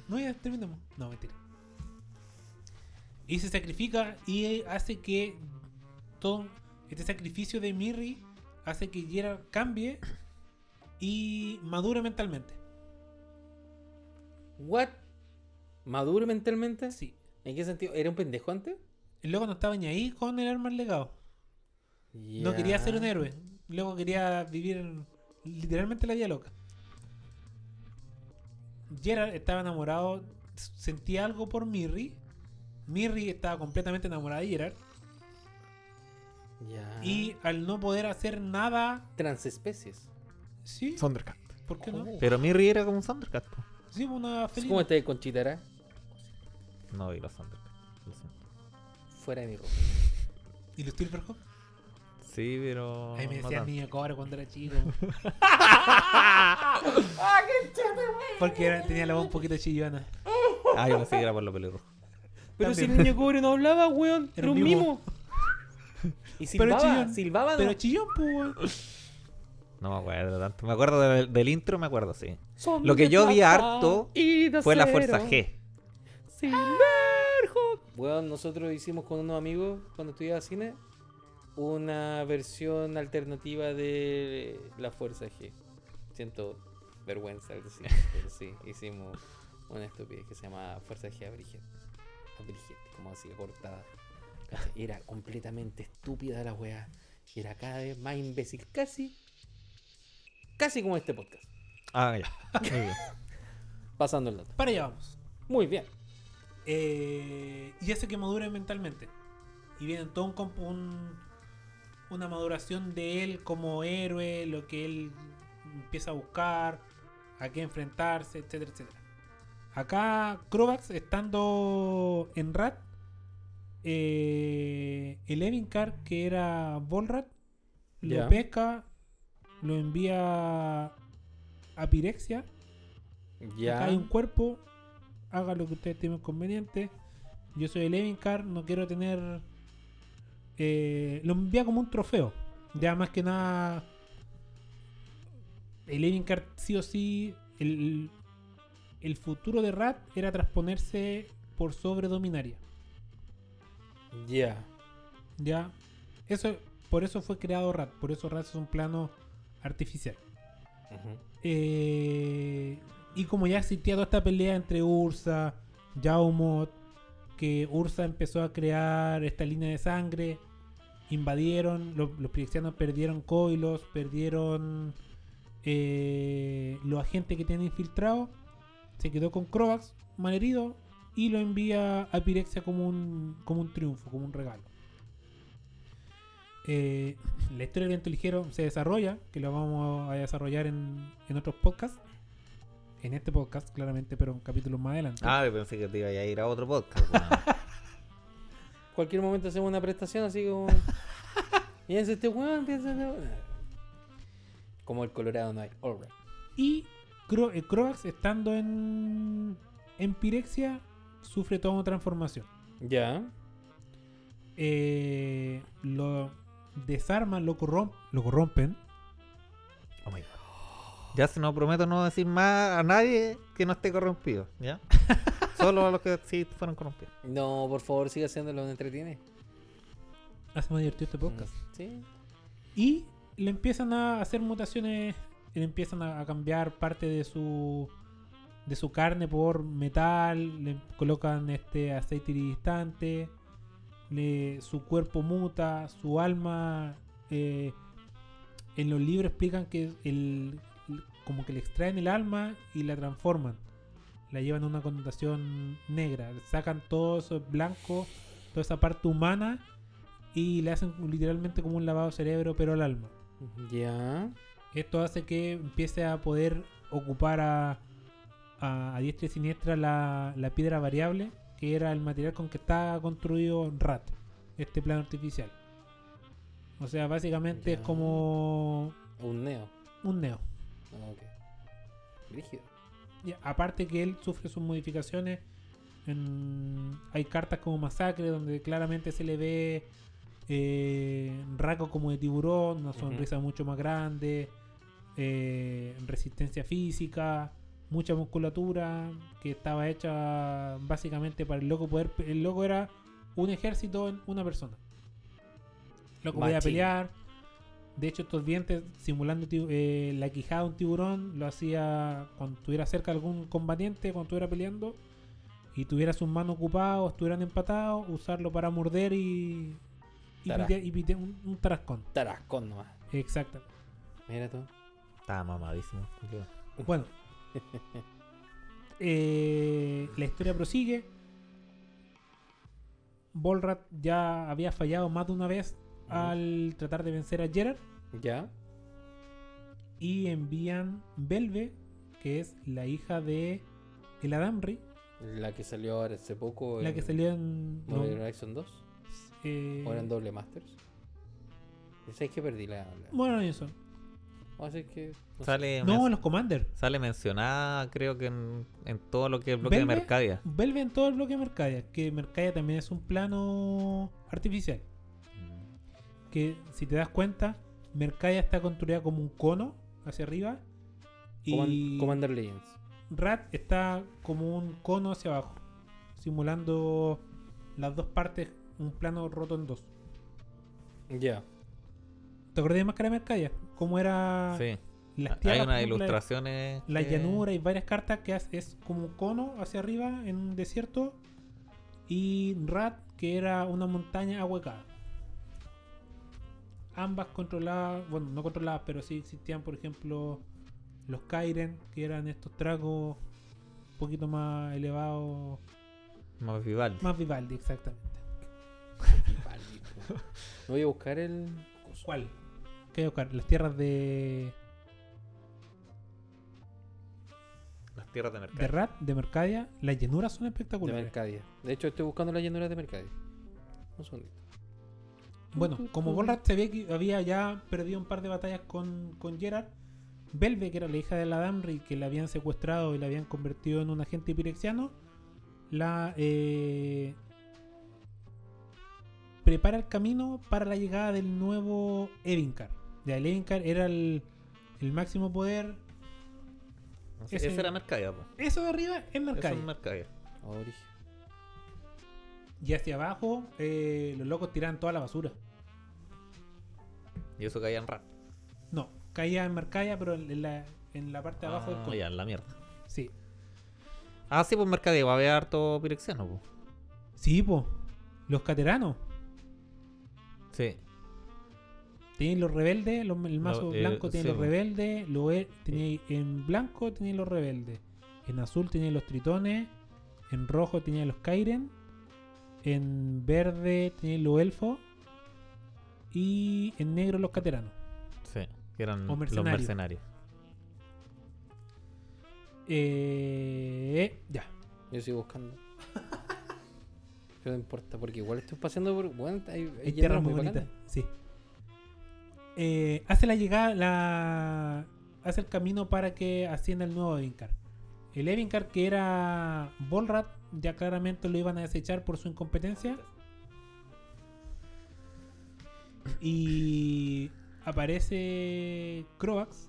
No, ya terminamos. No, mentira. Y se sacrifica y eh, hace que todo este sacrificio de Mirri hace que Gerard cambie y madure mentalmente. What? ¿Maduro mentalmente? Sí. ¿En qué sentido? ¿Era un pendejo antes? El loco no estaba ni ahí con el arma al legado. No quería ser un héroe. Luego quería vivir literalmente la vida loca. Gerard estaba enamorado, s- sentía algo por Mirri. Mirri estaba completamente enamorada de Gerard. Ya. Y al no poder hacer nada transespecies. Sí, Thundercat. ¿por qué no? Oh. Pero Mirri era como un Thundercat. po. Sí, una Es feliz. como este conchitara No vi los Thundercats. lo siento. fuera de mi ropa. ¿Y los Silverhawk? Sí, Oh, pero. Ahí me no decían tanto. niño cobra cuando era [LAUGHS] chico. Porque era- tenía la voz un poquito chillona. Ah, yo pensé que era por lo pelirrojo. Pero si También. el niño cobre no hablaba, weón. Era un mimo. Y Pero silbaba, chillón. silbaba. Pero no. chillón, pues, weón. No me acuerdo tanto. Me acuerdo del, del intro, me acuerdo, sí. Son Lo que de yo vi plata harto y de Fue la acero. fuerza G. Silverhawk. Weón, nosotros hicimos con unos amigos cuando estudiaba cine una versión alternativa de la fuerza G. Siento vergüenza al decirlo, pero sí, hicimos una estupidez que se llamaba fuerza G abrigente. Abrigente, como así, cortada. ¿Cachai? Era completamente estúpida la weá. Y era cada vez más imbécil, casi. Casi como este podcast. Ah, ya. Muy bien. Pasando el dato. Para allá vamos. Muy bien. Eh, y hace que madure mentalmente. y vienen todo un, comp- un- una maduración de él como héroe, lo que él empieza a buscar, a qué enfrentarse, etcétera, etcétera. Acá Crovax estando en Rat, eh, el Evincar que era Volrat, lo Ya. pesca, lo envía a Pirexia. Acá Ya. hay un cuerpo. Haga lo que ustedes tengan conveniente. Yo soy el Evincar, no quiero tener. eh, lo envía como un trofeo. Ya más que nada. El Evincar, sí o sí. El, el futuro de Rat era transponerse por sobre Dominaria. Ya. Ya. Eso, por eso fue creado Rat. Por eso Rat es un plano artificial. Ujú. Eh, y como ya existía toda esta pelea entre Ursa, Yaumot, que Ursa empezó a crear esta línea de sangre, invadieron, lo- los pirexianos perdieron Coilos, perdieron eh, los agentes que tenían infiltrado, se quedó con Crovax, malherido, y lo envía a Pirexia como un, como un triunfo, como un regalo. Eh, la historia del viento ligero se desarrolla, que lo vamos a desarrollar en, en otros podcasts. En este podcast, claramente, pero en capítulos más adelante. Ah, yo pensé que te iba a ir a otro podcast. weón. Cualquier momento hacemos una prestación así [LAUGHS] como. Piensa este weón, piensa este weón. Como el Colorado no hay. Alright. Y Cro eh, Croax, estando en, en Pirexia, sufre toda una transformación. Ya. Eh, lo desarman, lo, corrom- lo corrompen. Oh my God. Ya se no prometo no decir más a nadie que no esté corrompido, [LAUGHS] ¿ya? Solo a los que sí fueron corrompidos. No, por favor, siga haciéndolo, me entretiene. Hace más divertido este podcast. Sí. Y le empiezan a hacer mutaciones, le empiezan a, a cambiar parte de su de su carne por metal, le colocan este aceite iridistante, le- su cuerpo muta, su alma eh, en los libros explican que el, como que le extraen el alma y la transforman. La llevan a una connotación negra, sacan todo eso blanco, toda esa parte humana y le hacen literalmente como un lavado de cerebro, pero al alma. Ya. Esto hace que empiece a poder ocupar a, a, a diestra y siniestra la, la piedra variable, que era el material con que estaba construido RAT, este plano artificial. O sea, básicamente es Ya. como Un neo. un neo. Ah, ok. Brígido. Y aparte que él sufre sus modificaciones. en- hay cartas como Masacre, donde claramente se le ve eh, rasgos como de tiburón, una Ujú. sonrisa mucho más grande, eh, resistencia física, mucha musculatura, que estaba hecha básicamente para el loco poder. El loco era un ejército en una persona. El Loco podía Machín. pelear. De hecho, estos dientes, simulando tibu- eh, la quijada de un tiburón, lo hacía cuando estuviera cerca de algún combatiente, cuando estuviera peleando, y tuviera sus manos ocupadas, o estuvieran empatados, usarlo para morder y. y, Tará. pitear- y pitear un, un tarascón. Tarascón nomás. Exactamente. Mira tú. Estaba mamadísimo. culiao. Bueno. Eh, la historia prosigue. Bolrat ya había fallado más de una vez Ujú. al tratar de vencer a Gerard. Ya. y envían Belve, que es la hija de el Adamri, La que salió ahora hace poco. la en que salió en no, Mobile Horizon 2. eh, O eran doble Masters. ¿Sabes que perdí la.? la- bueno, eso. Vamos a decir que. no sé. Sale, Pues, No, men- en los Commander. sale mencionada, creo que en, en todo lo que es el bloque de ¿Vende? Mercadia. Belve en todo el bloque de Mercadia, que Mercadia también es un plano artificial. Que si te das cuenta, Mercadia está construida como un cono hacia arriba y Command- Commander Legends. Rat está como un cono hacia abajo, simulando las dos partes, un plano roto en dos. Ya. ¿Te acordás de Máscara de Mercadia? ¿Cómo era Sí. Ah, las Hay tierras, unas por ejemplo, la- ilustraciones. La, que- llanura y varias cartas que hace- es como un cono hacia arriba en un desierto. Y Rat, que era una montaña ahuecada. Ambas controladas, bueno, no controladas, pero sí existían, por ejemplo, los Kairen, que eran estos tragos un poquito más elevados. Más Vivaldi. Más Vivaldi, exactamente. Vale, Voy a buscar el. ¿Cuál? ¿Qué voy a buscar? Las tierras de. Las tierras de de mercado. Rat, de Mercadia. Las llanuras son De espectaculares. Mercadia. De hecho, estoy buscando la llanura de Mercadia. Un segundito. Bueno, como Volrat se ve que había ya perdido un par de batallas con, con Gerard, Belve, que era la hija de la Damri, que la habían secuestrado y la habían convertido en un agente pirexiano, la eh, prepara el camino para la llegada del nuevo Evinkar. Ya, el Evinkar era el, el máximo poder. Ese, ese- era Mercadia, po. Eso de arriba es Eso Mercadia. es Mercadia. Origen. y hacia abajo, eh, los locos tiran toda la basura. Y eso caía en rap. No, caía en Mercadia, pero en la, en la parte de abajo del Ah, cono. ya, en la mierda. Sí, Ah, sí, pues Mercadia va a haber harto pirexiano, po. Sí, po. Los cateranos. Sí. Tienen los rebeldes, los- el mazo eh, blanco tiene sí, los po. rebeldes, lo e- tiene- en blanco tiene los rebeldes, en azul tiene los tritones, en rojo tiene los Kairen, en verde tiene los elfos y en negro los cateranos. Sí. Que eran O los mercenarios. mercenarios. Eh, ya. Yo sigo buscando. Pero no importa, porque igual estoy paseando por. Bueno, hay, hay Hay llanuras tierras muy bonitas. bacanas. Sí. Eh, hace la llegada, la, hace el camino para que ascienda el nuevo Evincar. El Evincar que era Bolrat, ya claramente lo iban a desechar por su incompetencia. Y aparece Crovax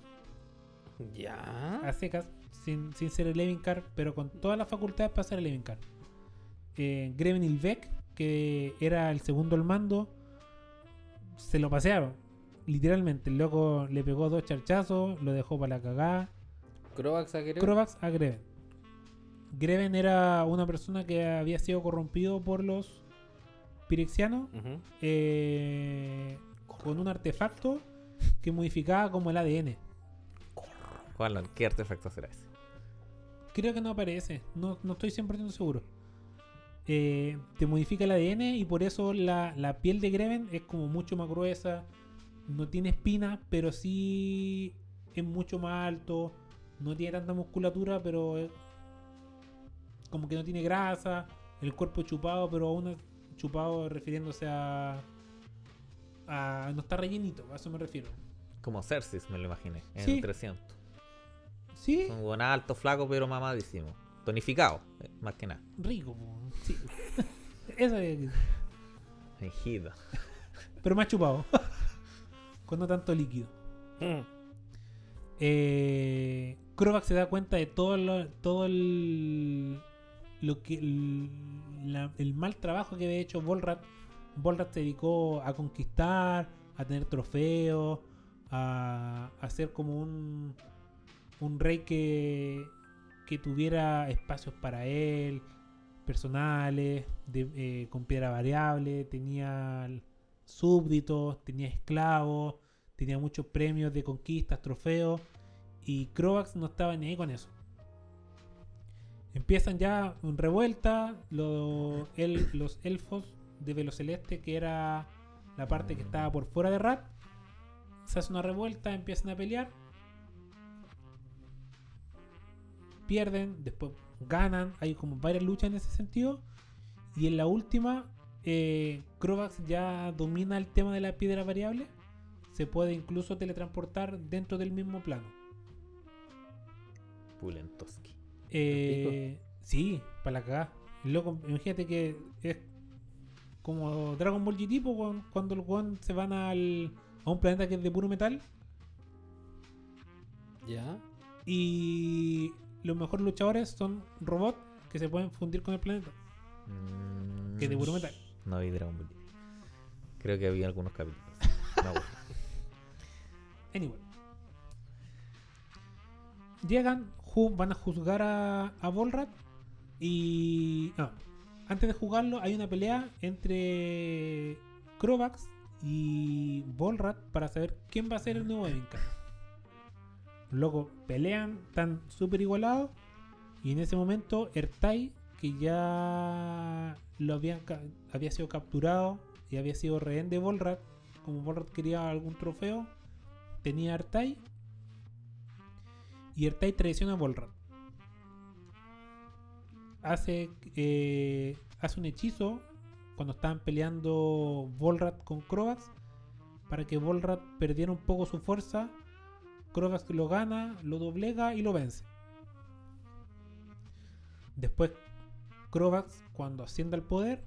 a Ya. secas, sin, sin ser el Evincar, pero con todas las facultades para ser el Evincar. Eh, Greven Ilvek, que era el segundo al mando, se lo pasearon. Literalmente, el loco le pegó dos charchazos, lo dejó para la cagada. Crovax a querer. Crovax a Greven. Greven era una persona que había sido corrompido por los pirexianos Ujú. eh, con un artefacto que modificaba como el ADN. ¿Cuál? ¿Qué artefacto será ese? Creo que no aparece. No, no estoy 100% seguro. Eh, te modifica el ADN y por eso la, la piel de Greven es como mucho más gruesa. No tiene espinas, pero sí es mucho más alto. No tiene tanta musculatura, pero es- como que no tiene grasa. El cuerpo chupado, pero aún es chupado refiriéndose a... a no está rellenito, a eso me refiero. Como Cersei, me lo imaginé. En Sí. 300. Sí, Un buen alto, flaco, pero mamadísimo. Tonificado, eh, más que nada. rico. po. Sí. [LAUGHS] eso es... Ejida. pero más chupado. [LAUGHS] Con no tanto líquido. Mm. Eh, Crovax se da cuenta de todo lo, todo el, lo que el, la- el mal trabajo que había hecho Volrat. Volrat se dedicó a conquistar, a tener trofeos, a, a ser como un, un rey que, que tuviera espacios para él, personales, de- eh, con piedra variable, tenía súbditos, tenía esclavos, tenía muchos premios de conquistas, trofeos, y Crovax no estaba ni ahí con eso. Empiezan ya en revuelta lo- el- los elfos de Velo Celeste, que era la parte que estaba por fuera de Rat. Se hace una revuelta, empiezan a pelear. Pierden, después ganan. Hay como varias luchas en ese sentido. Y en la última, eh, Crovax ya domina el tema de la piedra variable. Se puede incluso teletransportar dentro del mismo plano. Pulentoski. Eh, sí, para la cagada. El Loco, imagínate que es como Dragon Ball GT, po, weón, cuando los weón se van al, a un planeta que es de puro metal. Ya. Y los mejores luchadores son robots que se pueden fundir con el planeta. Mm, Que de puro metal. No vi Dragon Ball. Creo que había algunos [LAUGHS] capítulos. No, bueno. Anyway. Llegan, ju- van a juzgar a, a Volrat y... ah, antes de jugarlo hay una pelea entre Crovax y Volrat para saber quién va a ser el nuevo Evincar. Loco, pelean, están súper igualados y en ese momento Ertai, que ya lo habían ca- había sido capturado y había sido rehén de Volrat. Como Volrat quería algún trofeo, tenía a Artai. Y Artai traiciona a Volrat. Hace, eh, hace un hechizo cuando estaban peleando Volrat con Crovax para que Volrat perdiera un poco su fuerza. Crovax lo gana, lo doblega y lo vence. Después, Crovax, cuando asciende al poder,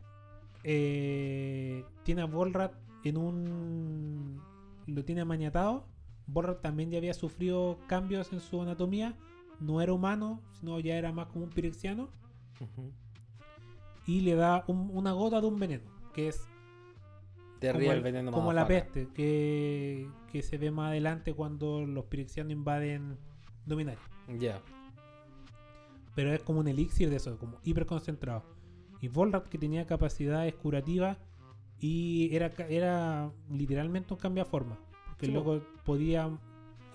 eh, tiene a Volrat en un. lo tiene amañatado. Volrat también ya había sufrido cambios en su anatomía. No era humano, sino ya era más como un pirexiano. Ujú. Y le da un- una gota de un veneno, que es Te como, ríe el- el veneno como la motherfucker. peste, que, que se ve más adelante cuando los pirexianos invaden Dominaria. Ya. pero es como un elixir de eso, como hiperconcentrado. Y Volrat, que tenía capacidades curativas y era, ca- era literalmente un cambio de forma, porque Sí, el po. loco podía,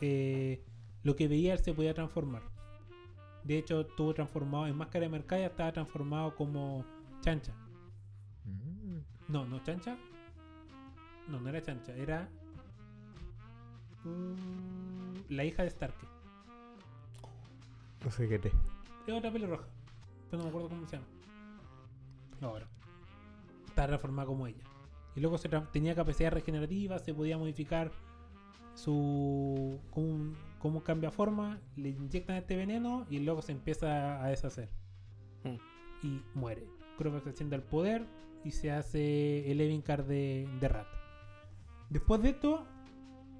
eh, lo que veía él se podía transformar. De hecho, estuvo transformado en Máscara de Mercaya, estaba transformado como Chancha. Mm. No, no Chancha. No, no era Chancha, era mm, la hija de Stark. No sé qué te. Es otra pelirroja. Pero no me acuerdo cómo se llama. Ahora. Está reformada como ella. Y luego se tra- tenía capacidad regenerativa, se podía modificar su. cómo, cómo cambia forma. Le inyectan este veneno y luego se empieza a deshacer. Hmm. Y muere. Crovax asciende al poder y se hace el Evincar de, de Rat. Después de esto,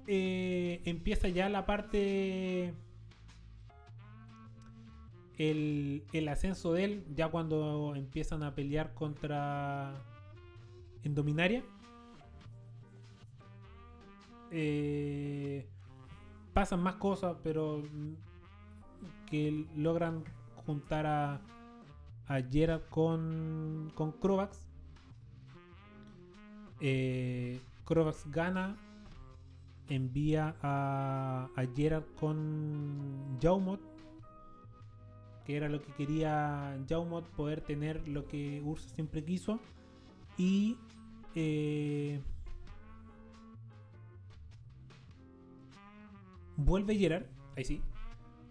eh, empieza ya la parte el, el ascenso de él, ya cuando empiezan a pelear contra en Dominaria, eh, pasan más cosas, pero mm, que logran juntar a, a Gerard con, con Crovax. Eh, Crovax gana, envía a, a Gerard con Jaumot que era lo que quería Jaumot, poder tener lo que Ursa siempre quiso. Y. eh, vuelve Gerard, ahí sí.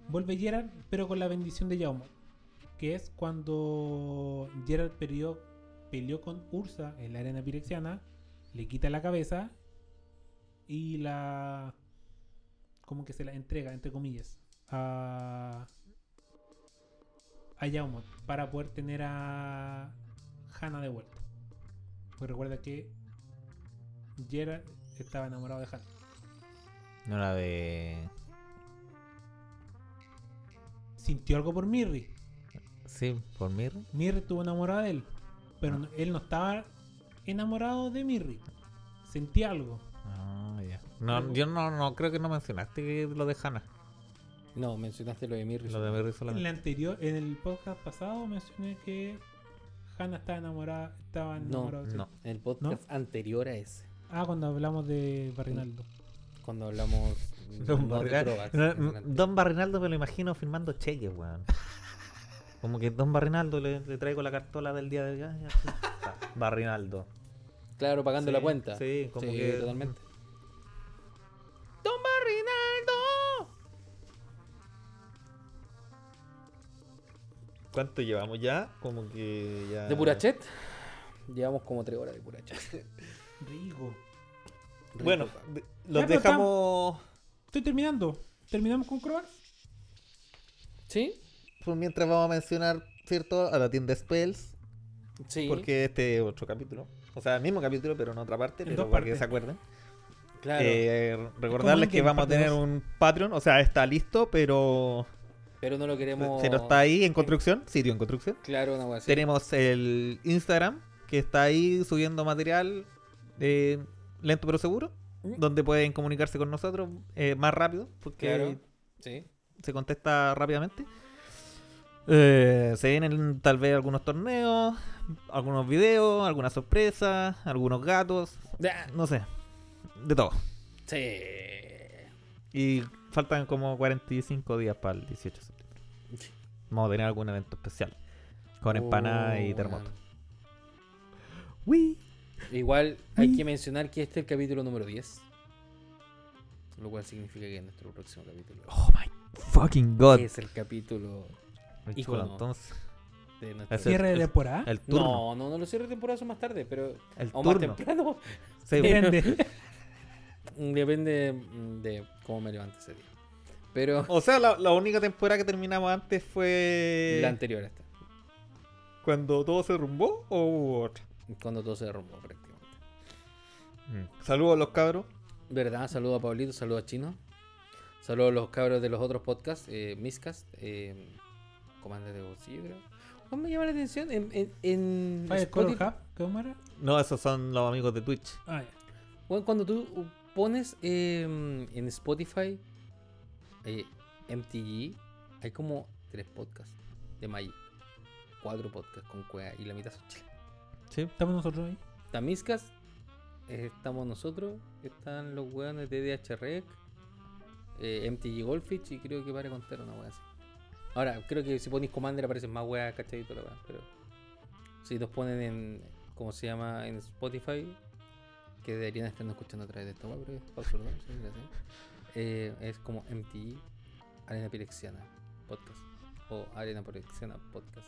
Vuelve Gerard, pero con la bendición de Jaumot. Que es cuando Gerard peleó, peleó con Ursa en la arena pirexiana, le quita la cabeza y la. como que se la entrega, entre comillas, a a Yaumot para poder tener a Hannah de vuelta. Pues recuerda que Gerard estaba enamorado de Hannah. No la de. Sintió algo por Mirri. Sí, por mí. Mirri estuvo enamorada de él. Pero Ah. no- él no estaba enamorado de Mirri. Sentía algo. Ah, ya. No, yo no, no creo que no mencionaste que lo de Hannah. No, mencionaste lo de Mirri. Lo de Merry En, la solamente. anterior, en el podcast pasado mencioné que Hannah estaba enamorada. Estaba enamorado de- No. El podcast anterior a ese. Ah, cuando hablamos de Barrinaldo. Cuando hablamos no, Don, no de Barrinal- Crovax, no, en el no, anterior. Don Barrinaldo me lo imagino firmando cheques, weón. Como que Don Barrinaldo le, le traigo la cartola del día del gas. [LAUGHS] Barrinaldo. Claro, pagando Sí, la cuenta. sí, como que- totalmente. ¿Cuánto llevamos ya? Como que ya. De Purachet. Llevamos como tres horas de Purachet. Rigo. Rico, Bueno, pa. de- Ya, pero los dejamos. Estoy terminando. ¿Terminamos con Croax? ¿Sí? Pues mientras vamos a mencionar, ¿cierto? A la tienda Spells. Sí. Porque este es otro capítulo. O sea, el mismo capítulo, pero en otra parte. En pero dos para que partes. se acuerden. Claro. Eh, recordarles Endgame, que vamos a parte tener dos. un Patreon. O sea, está listo, pero. pero no lo queremos. Pero está ahí en construcción. Sitio en construcción. Claro, una wea así. Tenemos el Instagram, que está ahí subiendo material eh, lento pero seguro, Mm. donde pueden comunicarse con nosotros eh, más rápido, porque Claro. Sí. se contesta rápidamente. Eh, se vienen tal vez algunos torneos, algunos videos, algunas sorpresas, algunos gatos, Ah, no sé, de todo. Sí. Y faltan como 45 días para el 18 de septiembre. Vamos a tener algún evento especial con empanadas y Oh, terremoto. man. ¡Wii! Igual hay que mencionar que este es el capítulo número 10. Lo cual significa que nuestro próximo capítulo Oh my fucking god. es el capítulo Chulo, Ícono. entonces. de nuestro... Ese- [LAUGHS] Cierre de el- temporada. El turno. No, no, no, los cierres de temporada son más tarde, pero... el O más turno. temprano. [LAUGHS] [LAUGHS] Sí, bueno. [LAUGHS] Depende. Depende mm, de cómo me levante ese día. Pero O sea, la, la única temporada que terminamos antes fue. la anterior a esta. Cuando todo se rumbó o hubo otra. Cuando todo se derrumbó prácticamente. Saludos a los cabros. ¿Verdad? Saludo a Pablito, saludo a Chino. Saludo a los cabros de los otros podcasts, eh, Miscast, eh, Comandos de Bolsillo, creo. ¿Cómo me llama la atención? En, en, en Fire Call Spotify, Hub, ¿cómo era? No, esos son los amigos de Twitch. Ah, ya. bueno, cuando tú pones eh, en Spotify eh, MTG, hay como tres podcasts de Magic. Cuatro podcasts con cueva y la mitad son chilenos. Sí. Estamos nosotros ahí. Está Miscast, eh, estamos nosotros, están los weones de DHREC, eh, MTG Goldfish y creo que para contar una wea así. Ahora, creo que si ponéis Commander aparecen más weas, cachadito la wea, pero si los ponen en, ¿cómo se llama? En Spotify, que deberían estarnos escuchando a través de esta wea, pero es pausa, ¿no? Sí, gracias. Eh, es como MTG, Arena Pirexiana Podcast, o Arena Pirexiana Podcast.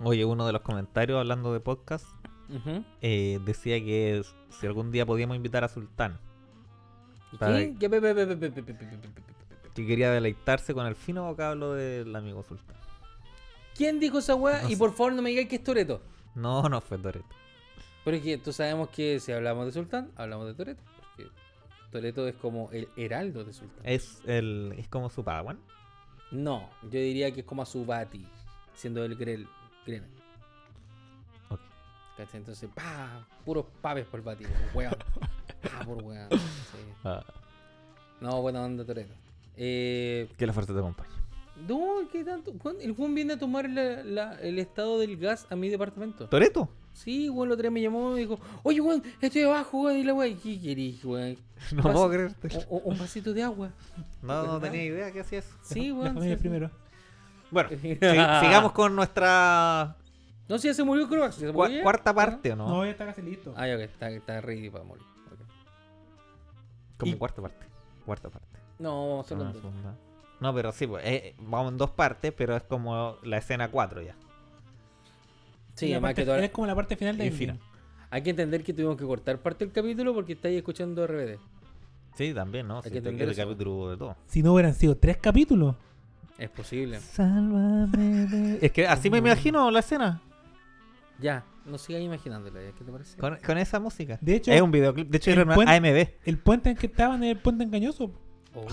Oye, uno de los comentarios hablando de podcast Ujú. eh, decía que s- si algún día podíamos invitar a Sultán, ¿Y Para- quién? Ya, pe- pe- pe- pe- pe- pe- pe- pe- pe- pe- pe- pe- que quería deleitarse con el fino vocablo del amigo Sultán. ¿Quién dijo esa weá? No y sé. por favor no me digáis que es Toreto. No, no fue Toreto. Pero es que tú sabemos que si hablamos de Sultán, hablamos de Toreto. Porque Toreto es como el heraldo de Sultán. Es el es como su padawan. No, yo diría que es como Azubati, siendo el Grel. Grena. Ok. ¿Cachai? Entonces, pa, puros papes por el Bati, por [LAUGHS] weón. Pa, por weón. sí. Ah, No, buena onda Toreto. Eh, que la fuerza te acompañe. no, ¿qué tanto? Juan, El Juan viene a tomar la- la- el estado del gas a mi departamento. ¿Toreto? Sí, weón, el otro día me llamó y dijo, oye, weón, estoy abajo, weón, y la weón, ¿qué querís, weón? No Vas- puedo creerte. O- o- un vasito de [LAUGHS] agua. No, no Oh, ¿verdad? tenía idea que hacía eso. Sí, La weón. familia sí, sí. [LAUGHS] primero. [LAUGHS] Bueno, si- sigamos con nuestra No, si ya se murió Croax. ¿ya se cua- murió ya? cuarta parte, ¿o No, no? ya está casi listo. Ah, ya, ok, está, está ready para morir. ok. Como y- cuarta parte. Cuarta parte. No, vamos a No, hacerlo la en dos. segunda. No, pero sí, pues, eh, eh, vamos en dos partes, pero es como la escena 4 ya. Sí, Y la además parte que toda- final Es como la parte final de Y final. hay que entender que tuvimos que cortar parte del capítulo porque estáis escuchando RBD. Sí, también, ¿no? que Sí, este- entender el eso. capítulo hubo de todo. Si no hubieran sido tres capítulos. Es posible. Sálvame de- [LAUGHS] Es que así me imagino la escena. Ya, no sigas imaginándolo, ya, ¿qué te parece? Con, con esa música. De hecho, es un videoclip. De hecho, el era una puente- AMD. el puente en que estaban es el puente engañoso. [LAUGHS] Oh.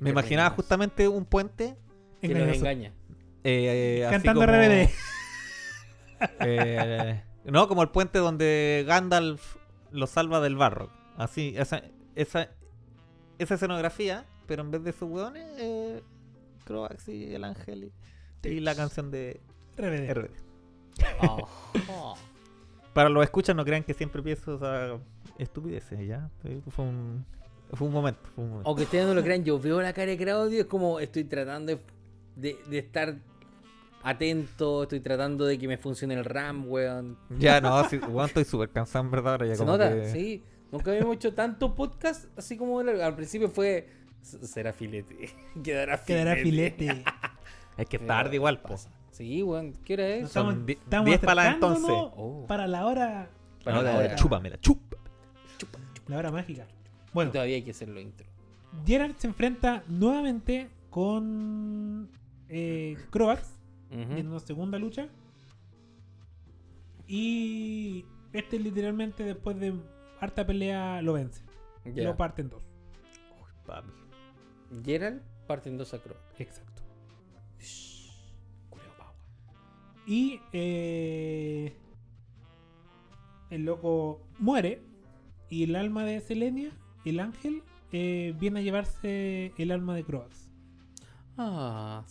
Me imaginaba Este justamente un puente. Que nos [LAUGHS] Engañoso. engaña. eh, así Cantando como- [LAUGHS] RBD. Eh, no, como el puente donde Gandalf lo salva del barro. Así, esa, esa, esa escenografía, pero en vez de sus hueones, eh, Croax y el ángel y, y la canción de Eh. RBD. RBD. Oh, Ajá. Para los escuchas, no crean que siempre pienso esa estupideces, ya. Eh, Fue un, fue un momento. Fue un momento. Aunque ustedes no lo crean, yo veo la cara de Claudio, es como estoy tratando de, de- de estar atento, estoy tratando de que me funcione el RAM, weón. Ya, no, sí, weón, estoy súper cansado, en verdad. Ahora ya ¿Se como nota? que- Sí. Nunca habíamos hecho tanto podcast así como el- al principio fue. "S- Será filete. [LAUGHS] Quedará filete. Quedará filete. Es que es Pero tarde igual, po. pasa. Sí, weón. ¿Qué hora es? Son Estamos- die- estamos 10 para la acercándonos entonces. Oh. Para la hora. Para Ahora, la hora. chúpamela, chupa. La hora mágica. Y Bueno, todavía hay que hacerlo intro. Gerard se enfrenta nuevamente con eh, Croax Ujú. en una segunda lucha. Y este literalmente después de harta pelea lo vence. Ya. Lo parte en dos. Papi. Gerald parte en dos a Crow. Exacto. Culeo Power. Y eh, el loco muere. Y el alma de Selenia, el ángel, eh, viene a llevarse el alma de Croax. Ah.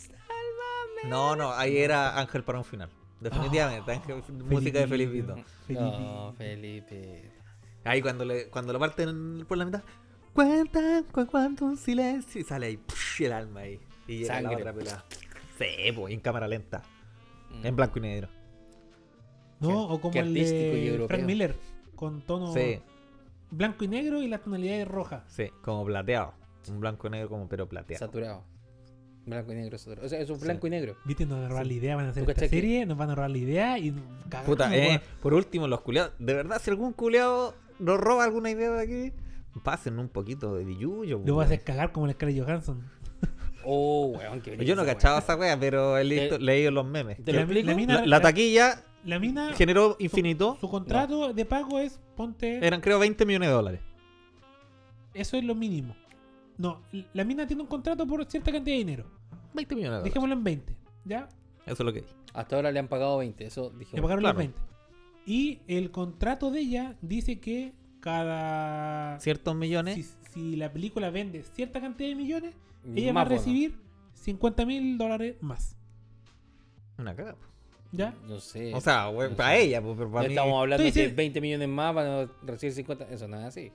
No, no, ahí era Ángel para un final. Definitivamente, Ángel- música de Felipito. Felipito. No, Felipe. Ahí cuando, le, cuando lo parten por la mitad, cuentan con cuánto un silencio. Y sale ahí, psh, el alma ahí. Y llega Sangre. la otra pelada. Sí, pues, en cámara lenta. Mm. En blanco y negro. No, o como qué el artístico y de europeo. Frank Miller, con tono Sí, blanco y negro y las tonalidades rojas. sí, como plateado. Un blanco y negro como pero plateado. Saturado. Blanco y negro saturado. O sea, es un blanco y negro. Viste, nos van a robar la idea, van a hacer ¿Tú esta cachai que- serie, nos van a robar la idea y cagamos, Puta, eh, weón. por último, los culeados. De verdad, si algún culeado nos roba alguna idea de aquí, pasen un poquito de billuyo. Lo voy a weón. hacer cagar como el Scarlett Johansson. Oh, weón, qué Yo no brillo, cachaba weón. esa wea, pero he listo- Te- leído los memes. ¿Te lo La- la explico? mina- La, la taquilla La mina, generó infinito. su contrato de pago es, ponte, Eran creo 20 millones de dólares. eso es lo mínimo. No, la mina tiene un contrato por cierta cantidad de dinero. 20 millones de dólares. Dejémoslo en 20, ¿ya? Eso es lo que dije. Hasta ahora le han pagado 20, eso Le dijimos. pagaron claro. los 20. Y el contrato de ella dice que cada... Ciertos millones. Si, si la película vende cierta cantidad de millones, Mm, ella va más a recibir 50 mil dólares más. Una cagada. ¿Ya? bono. No sé. O sea, we- no para sé. ella, pues, pero No para mí. estamos hablando Tú que dices- 20 millones más van a recibir 50. Eso no es así.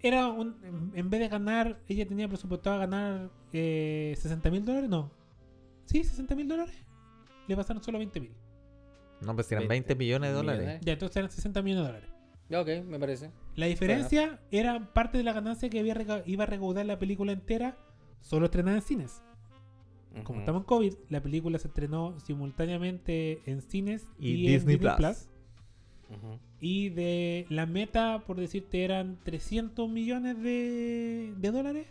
Era un, en- en vez de ganar, ella tenía presupuestado ganar eh, 60 mil dólares, no. Sí, 60 mil dólares. Le pasaron solo 20 mil. No, pues eran 20 millones de dólares. Millones. Ya, entonces eran 60 millones de dólares. Ya, ok, me parece. La diferencia era parte de la ganancia que había reca- iba a recaudar la película entera, solo estrenada en cines. Como Ujú. estamos en COVID, la película se estrenó simultáneamente en cines Y en Disney Plus. Ujú. Y de la meta, por decirte, eran 300 millones de, de dólares.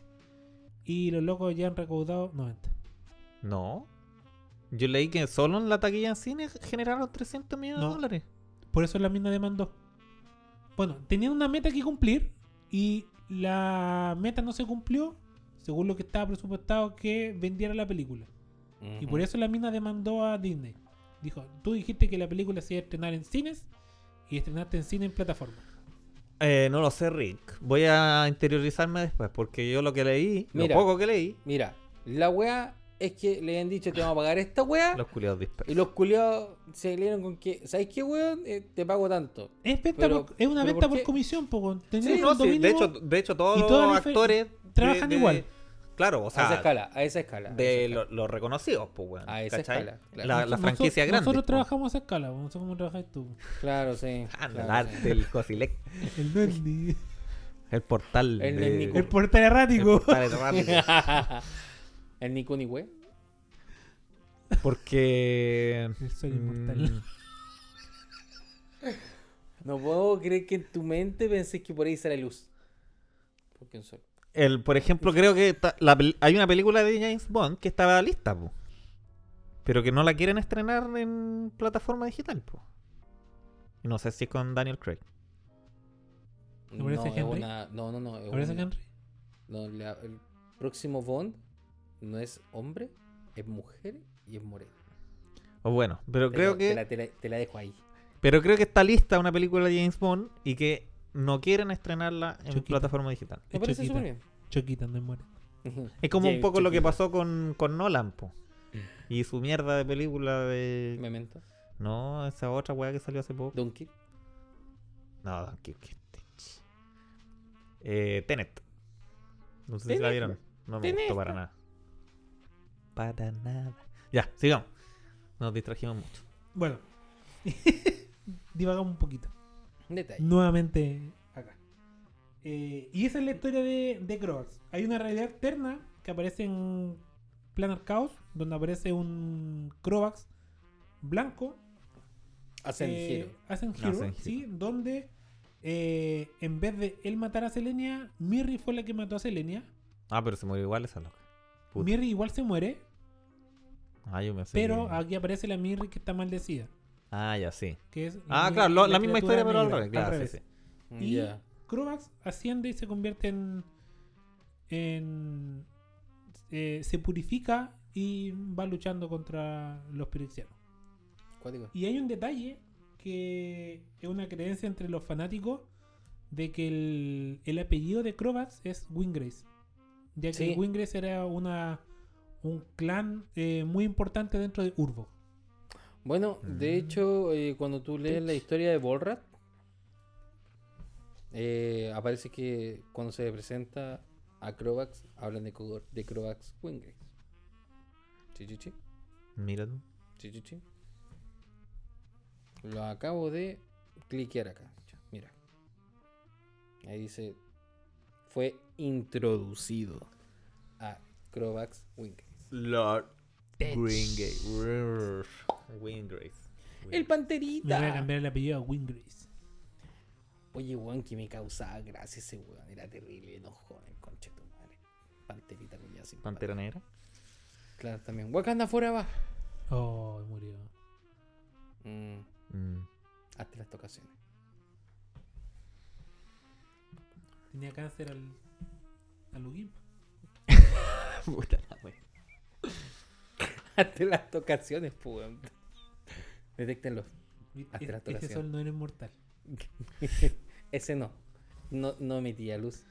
Y los locos ya han recaudado 90. No. Yo leí que solo en la taquilla en cine generaron 300 millones No. de dólares. Por eso la mina demandó. Bueno, tenían una meta que cumplir. Y la meta no se cumplió. Según lo que estaba presupuestado que vendiera la película. Y por Ujú. eso la mina demandó a Disney. Dijo, tú dijiste que la película se iba a estrenar en cines. Y estrenaste en cine en plataforma. Eh, no lo sé, Rick. Voy a interiorizarme después, porque yo lo que leí, Mira. lo poco que leí, Mira, la wea es que le han dicho te vamos a pagar esta wea. los culiados dispersos. Y los culiados se dieron con que, ¿sabes qué, weón? Eh, te pago tanto. Es, venta Pero- por- es una pero venta ¿por por qué? comisión, po. Sí, Tenías no, un sí, de, dominio- hecho, de hecho, todos y todas los las fe- actores de- trabajan de- igual. Claro, o a esa sea, escala, a esa escala. a esa de escala. lo- los reconocidos, pues, weón. A esa ¿cachai? escala, claro. La, la Noso- franquicia grande. Nosotros po. trabajamos a escala, po, no sé cómo trabajas [LAUGHS] tú. Claro, sí. Ah, no, claro, el sí. arte, el Cosilec, El Duende. el portal. El de- Nico. el portal el errático. portal [LAUGHS] errático. [LAUGHS] el Nico ni we. Porque. Soy mm, inmortal. No puedo creer que en tu mente pensés que por ahí sale luz. Porque un sol. el, por ejemplo, creo que ta- la pel- hay una película de James Bond que estaba lista, po, pero que no la quieren estrenar en plataforma digital. po. Y No sé si es con Daniel Craig. ¿Te parece es Henry? una- no, no, no. es ¿Por eso, una- Henry? no, la- el próximo Bond no es hombre, es mujer y es moreno. O bueno, pero Te creo lo- que. Te la, te la- te la dejo ahí. Pero creo que está lista una película de James Bond y que no quieren estrenarla en Chiquita. plataforma digital. Me Es parece chiquita. súper bien. Choquita, no muere. Es como un James poco lo que Chiquita. pasó con, con Nolan, po. Y su mierda de película de... Memento. No, esa otra weá que salió hace poco. Donkey. No, Don Quijote. Eh, Tenet. No sé si la Tenet, vieron. No me Tenet, gustó para po. nada. Para nada. Ya, sigamos. Nos distrajimos mucho. Bueno. [LAUGHS] Divagamos un poquito. Un detalle. Nuevamente acá. Eh, y esa es la historia de, de Cross. Hay una realidad alterna que aparece en Planar Chaos, donde aparece un Crovax blanco Hacen eh, giro. Hacen Hacen Hero, Hero. sí, donde eh, en vez de él matar a Selenia, Mirri fue la que mató a Selenia. Ah, pero se murió igual esa loca. Puta. Mirri igual se muere, Ah, yo me sé pero que- aquí aparece la Mirri que está maldecida. Ah, ya, sí. Que es Ah, mi- claro, lo- la, misma criatura historia, pero al negra, revés. Claro, sí, sí. Y Ya. Crovax asciende y se convierte en. en eh, se purifica y va luchando contra los pirexianos. Cuático. Y hay un detalle que es una creencia entre los fanáticos de que el, el apellido de Crovax es Wingrace. Ya que Sí. Wingrace era una, un clan eh, muy importante dentro de Urbo. Bueno, de Mm. hecho, eh, cuando tú lees la historia de Bolrat, eh, aparece que cuando se presenta a Crovax, hablan de, Cro- de Crovax Wingrace. Sí, sí, sí. Mira tú. Sí, sí, sí. Lo acabo de cliquear acá. Mira. Ahí dice. Fue introducido a Crovax Wingate. Lord Tech. Wingrace. Wingrace. El Me voy a panterita. cambiar el apellido a Wingrace. Oye, weón, que me causaba gracia ese weón. Era terrible, enojón, el conche tu madre. Panterita, culiao, sin Pantera negra. patas. Claro, también. Wakanda fuera va. Oh, murió. Mm, Mm. hasta las tocaciones. [LAUGHS] Tenía cáncer al. al Ugin. Puta la wea. Hasta las tocaciones, pues, weón. Detecten los Hasta la Este, este alteración. sol no era inmortal. [LAUGHS] Ese no. No, no emitía luz.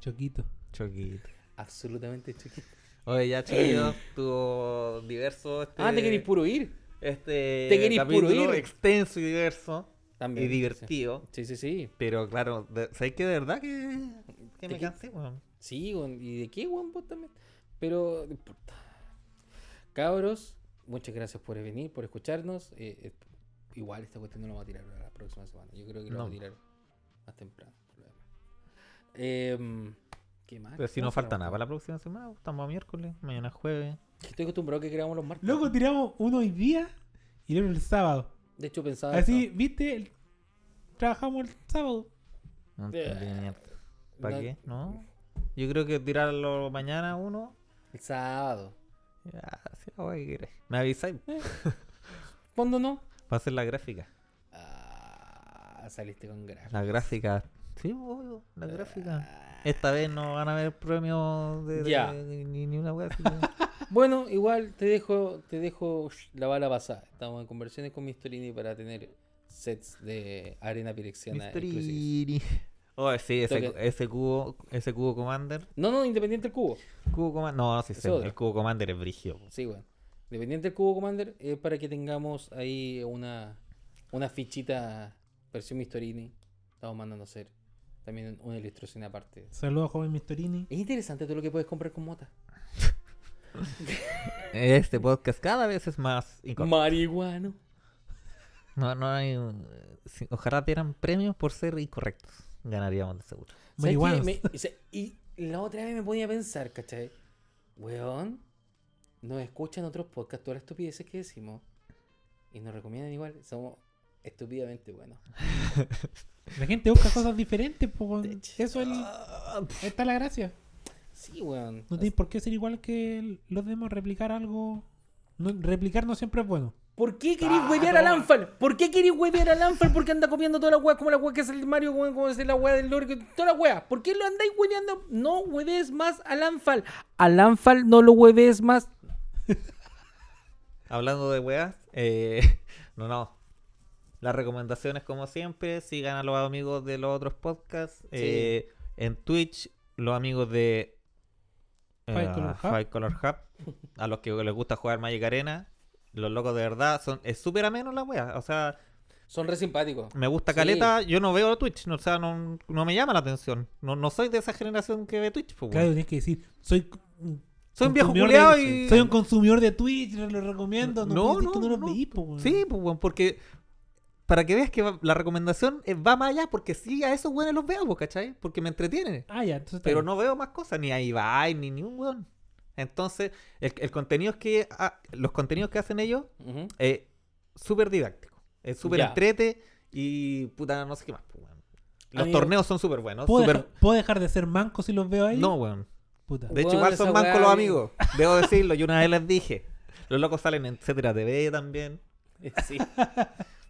Choquito. Choquito. Absolutamente chiquito. Oye, ya [CLEARS THROAT] Choquito tuvo diverso este. Ah, te queréis puro ir. Este te querís puro capítulo ir. extenso y diverso. También. y divertido. Sí, sí, sí. Pero claro, de- ¿sabes que de verdad que, que Te me que- cansé, weón? Sí, weón. ¿Y de qué, weón? Vos también. Pero, no importa. Cabros, muchas gracias por venir, por escucharnos. Eh, eh, igual esta cuestión no la vamos a tirar para la próxima semana. Yo creo que la No. vamos a tirar más temprano. por lo demás. Em, ¿Qué más? Ah, Pero si ¿Cómo no se falta llama? nada para la próxima semana, pues, estamos a miércoles, mañana es jueves. Estoy acostumbrado a que creamos los martes. Luego tiramos uno hoy día y luego el sábado. De hecho, Ah, pensaba. Así, ¿viste? El- Trabajamos el sábado. No Eh, entendí ni mierda. ¿Para no- qué? ¿No? Yo creo que tirarlo mañana uno. El sábado. Ya, sí, la wea que queráis. Me avisáis ¿Cuándo no? para hacer la gráfica. Ah, saliste con gráfico. La gráfica. Sí, obvio, la Ah. gráfica. Esta vez no van a haber premios de, de- Ya. ni, ni una wea. así que- Bueno, igual te dejo, te dejo sh, la bala pasada. Estamos en conversiones con Mistorini para tener sets de arena pirexiana exclusivos. Misterini. [LAUGHS] Oh, sí, ese, Toque. ese cubo, ese cubo commander. No, no, independiente del cubo. Cubo Commander. No, sí, Es sé, otro. el Cubo Commander es brigio. Sí, bueno. Independiente del cubo Commander es para que tengamos ahí una, una fichita versión Mistorini. Estamos mandando a hacer también una ilustración aparte. Saludos, joven Mistorini. Es interesante todo lo que puedes comprar con mota. Este podcast cada vez es más incorrecto. Marihuano. No, no hay. eh, si- Ojalá dieran premios por ser incorrectos. Ganaríamos de seguro. ¿Sabes qué? Marihuanos. Me- o sea, y la otra vez me ponía a pensar, ¿cachai? Weón, nos escuchan otros podcasts todas las estupideces que decimos y nos recomiendan igual. Somos estúpidamente buenos. La gente busca cosas diferentes, po, weón. Tech. Eso es. el- Ah, Ahí está la gracia. Sí, weón. No tienes por qué ser igual que el- los demás, replicar algo. No, replicar no siempre es bueno. ¿Por qué querés huevear a Lanfal? ¿Por qué querés huevear a Lanfal? Porque anda copiando toda la weá, como la weá que hace el Mario, como, como hace la weá del Lore, toda la weá. ¿Por qué lo andáis hueveando? No huevees más a Lanfal. A Lanfal no lo huevees más. Hablando de weas, eh, [LAUGHS] no, no. Las recomendaciones, como siempre, sigan a los amigos de los otros podcasts. eh, en Twitch, los amigos de eh, Five Color Hub. Five Color Hub, a los que les gusta jugar Magic Arena. Los locos de verdad son. Es súper ameno la wea. O sea, Son re simpáticos. Me gusta Sí. Caleta, yo no veo Twitch, no, o sea, no, no me llama la atención. No, no soy de esa generación que ve Twitch, pues, Claro, weón. tienes que decir, soy. un Soy un viejo consumidor de- culiao y- Soy un consumidor de Twitch, lo recomiendo. No, No, puedes decir que no, no, los no. veís, po, weón. Sí, pues, weón, porque para que veas que va- la recomendación eh, va más allá, porque sí, a esos weones los veo, pues, ¿cachai? Porque me entretienen. Ah, ya, entonces. está Pero bien. no veo más cosas, ni a Ibai, ni ni un weón. Entonces, el, el contenido que ha- los contenidos que hacen ellos Ujú. [LAUGHS] es súper didáctico, es súper Ya. entrete y puta, no sé qué más, pues, weón. Los mí- torneos son súper buenos. ¿Puedo, súper- dejar, puedo dejar de ser manco si los veo ahí? No, weón. Puta. De hecho, Weón, igual esa son weá mancos los bien. amigos. [LAUGHS] Debo decirlo, yo una vez les dije. Los locos salen en Etcétera TV también. Sí.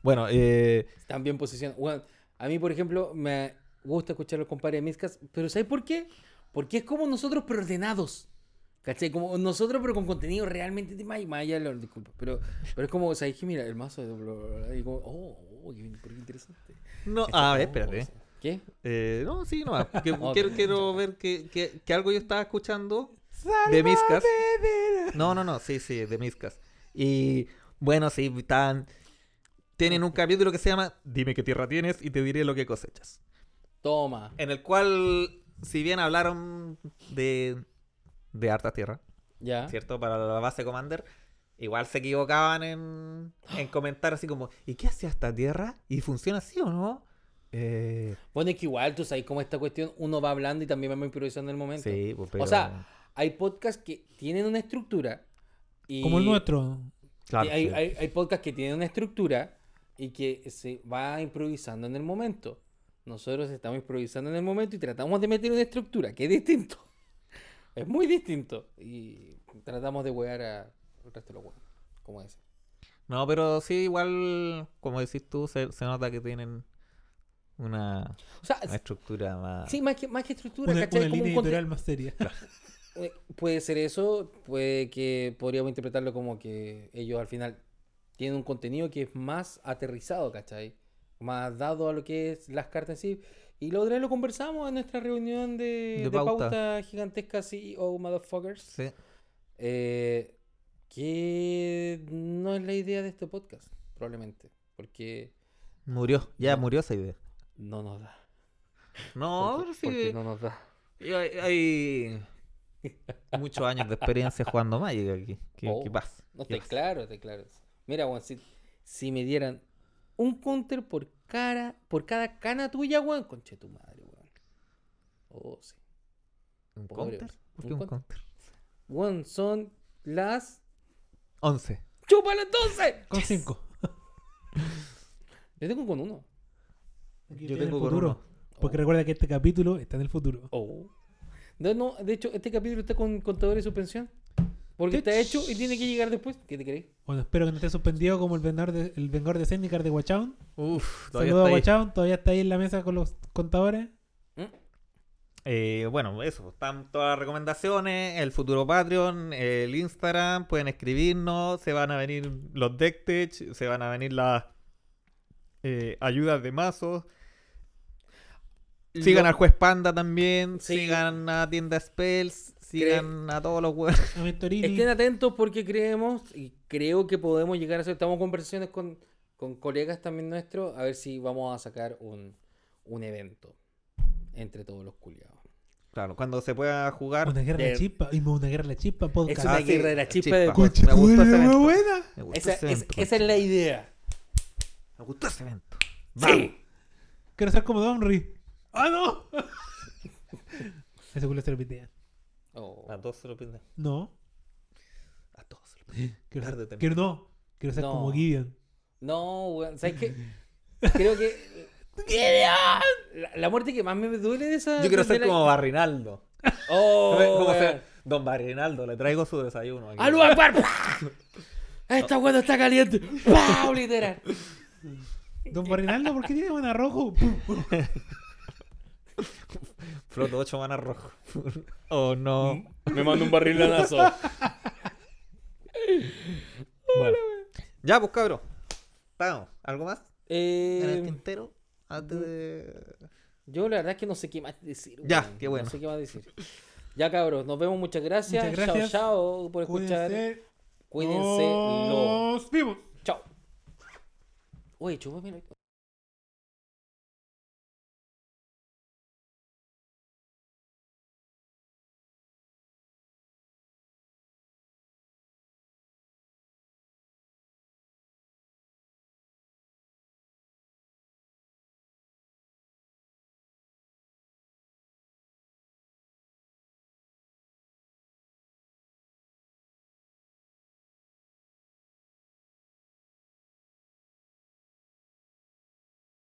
Bueno, eh, Están bien posicionados. Weón, a mí, por ejemplo, me gusta escuchar a los compadres de Miscas, pero ¿sabes por qué? Porque es como nosotros, pero ordenados. ¿Cachai? Como nosotros, pero con contenido realmente de más más allá de lo- disculpa. Pero, pero es como, ¿sabes qué? Mira, el mazo de bla, bla, bla, y como, oh, oh, qué, bien, pero qué interesante. no, ¿Cachai? Ah, a ver, Como, espérate. o sea, ¿Qué? Eh, no, sí, no. [LAUGHS] que- Ok. quiero, quiero ver que, que- que algo yo estaba escuchando de Miscas. No, no, no, sí, sí, de Miscas. Y bueno, sí, están. Tienen un capítulo que se llama Dime qué tierra tienes y te diré lo que cosechas. Toma. En el cual, si bien hablaron de, de harta tierra, Ya. Ah. ¿cierto? Para la base Commander. Igual se equivocaban en, en comentar así como, ¿y qué hace esta tierra? ¿Y funciona así o no? Eh, Bueno, es que igual, tú sabes cómo esta cuestión, uno va hablando y también vamos improvisando en el momento. sí, pues, pero- O sea, hay podcasts que tienen una estructura. Y Como el nuestro. claro, y hay, sí. hay- hay podcasts que tienen una estructura y que se va improvisando en el momento. Nosotros estamos improvisando en el momento y tratamos de meter una estructura, que es distinto. [LAUGHS] Es muy distinto. Y tratamos de wear a- al resto de los weones, como ese. No, pero sí, igual, como decís tú, se, se nota que tienen una, O sea, una estructura más... sí, más que, más que estructura, Una, ¿cachai? una Como línea un conte- editorial más seria. Eh, Puede ser eso, puede que podríamos interpretarlo como que ellos al final tienen un contenido que es más aterrizado, ¿cachai? Más dado a lo que es las cartas en sí. Y la otra vez lo conversamos en nuestra reunión de, De de pauta. pauta. gigantesca CEO Motherfuckers. Sí. eh, que no es la idea de este podcast, probablemente. Porque Murió, ya murió esa idea. no nos da. No, porque- pero porque sí. no nos da. y Hay, hay muchos años de experiencia jugando Magic aquí. ¿Qué, Oh. qué pasa? No, ¿Qué estoy pasa? claro, estoy claro. Mira, weón, si, si me dieran un counter por cara, por cada cana tuya, weón, conche tu madre, weón. Oh, sí. ¿Un Pobre, counter? weón. ¿Por ¿Un qué un counter? counter? Weón, son las. 11. ¡Chúpalo entonces! Con cinco. Yo tengo con uno. Aquí Yo está en el tengo con futuro. uno. Porque recuerda que este capítulo está en el futuro. Oh. No, no, de hecho, este capítulo está con contador de suspensión. Porque está hecho y tiene que llegar después. ¿Qué te crees? Bueno, espero que no esté suspendido como el vengador de, el vengador de Zendikar de Guachaun. Uf, todavía Saludos a está ahí. Guachaun, todavía está ahí en la mesa con los contadores. Eh, bueno, eso. Están todas las recomendaciones. El futuro Patreon, el Instagram. Pueden escribirnos. Se van a venir los deck tech. Se van a venir las eh, ayudas de mazos. Sigan Lo- al juez Panda también. Sí. Sigan a Tienda Spells. Sigan a todos los web. A Mentorini. Estén atentos porque creemos y creo que podemos llegar a hacer. Estamos en conversaciones con, con colegas también nuestros a ver si vamos a sacar un, un evento entre todos los culiados. [LAUGHS] Claro, cuando se pueda jugar. Una guerra de Eh, chispa. Y una guerra de chispa Es podcast. una Ah, sí, guerra de la la chispa, chispa. de Con- cuerpo. me gustó ese Muy evento. buena. Me gustó Esa, ese es- evento, esa es la idea. Me gustó ese evento. ¡Sí! Quiero ser como Donry. ¡Ah, no! [LAUGHS] Ese culo se lo pitea. Oh. A todos se lo piden. No. A todos Ah, se lo Quiero Tarde ser, temprano. quiero, no. Quiero ser No. como Gideon. No, weón. ¿Sabes qué? Creo [LAUGHS] que. La, la muerte que más me duele de esa. Yo quiero de ser la- como Barrinaldo. Oh, Como weón. sea, don Barrinaldo, le traigo su desayuno. Aquí. ¡Alú Akbar! [LAUGHS] ¡Pah! Esta weón está caliente. ¡Pau! Literal. Don Barrinaldo, ¿por qué tiene un arrojo? Floto 8 manas rojo. [LAUGHS] oh no. Me mando un barrilanazo. Bueno. Ya, pues cabro. Estamos. ¿Algo más? ¿En el Eh, tintero? Antes de. yo la verdad es que no sé qué más decir. Ya, weón. qué bueno. No sé qué más decir. Ya cabros, nos vemos, muchas gracias. Muchas gracias. Chao, chao por escuchar. Cuídense. Cuídense. Nos vimos. Chao. Oye, chúpame la-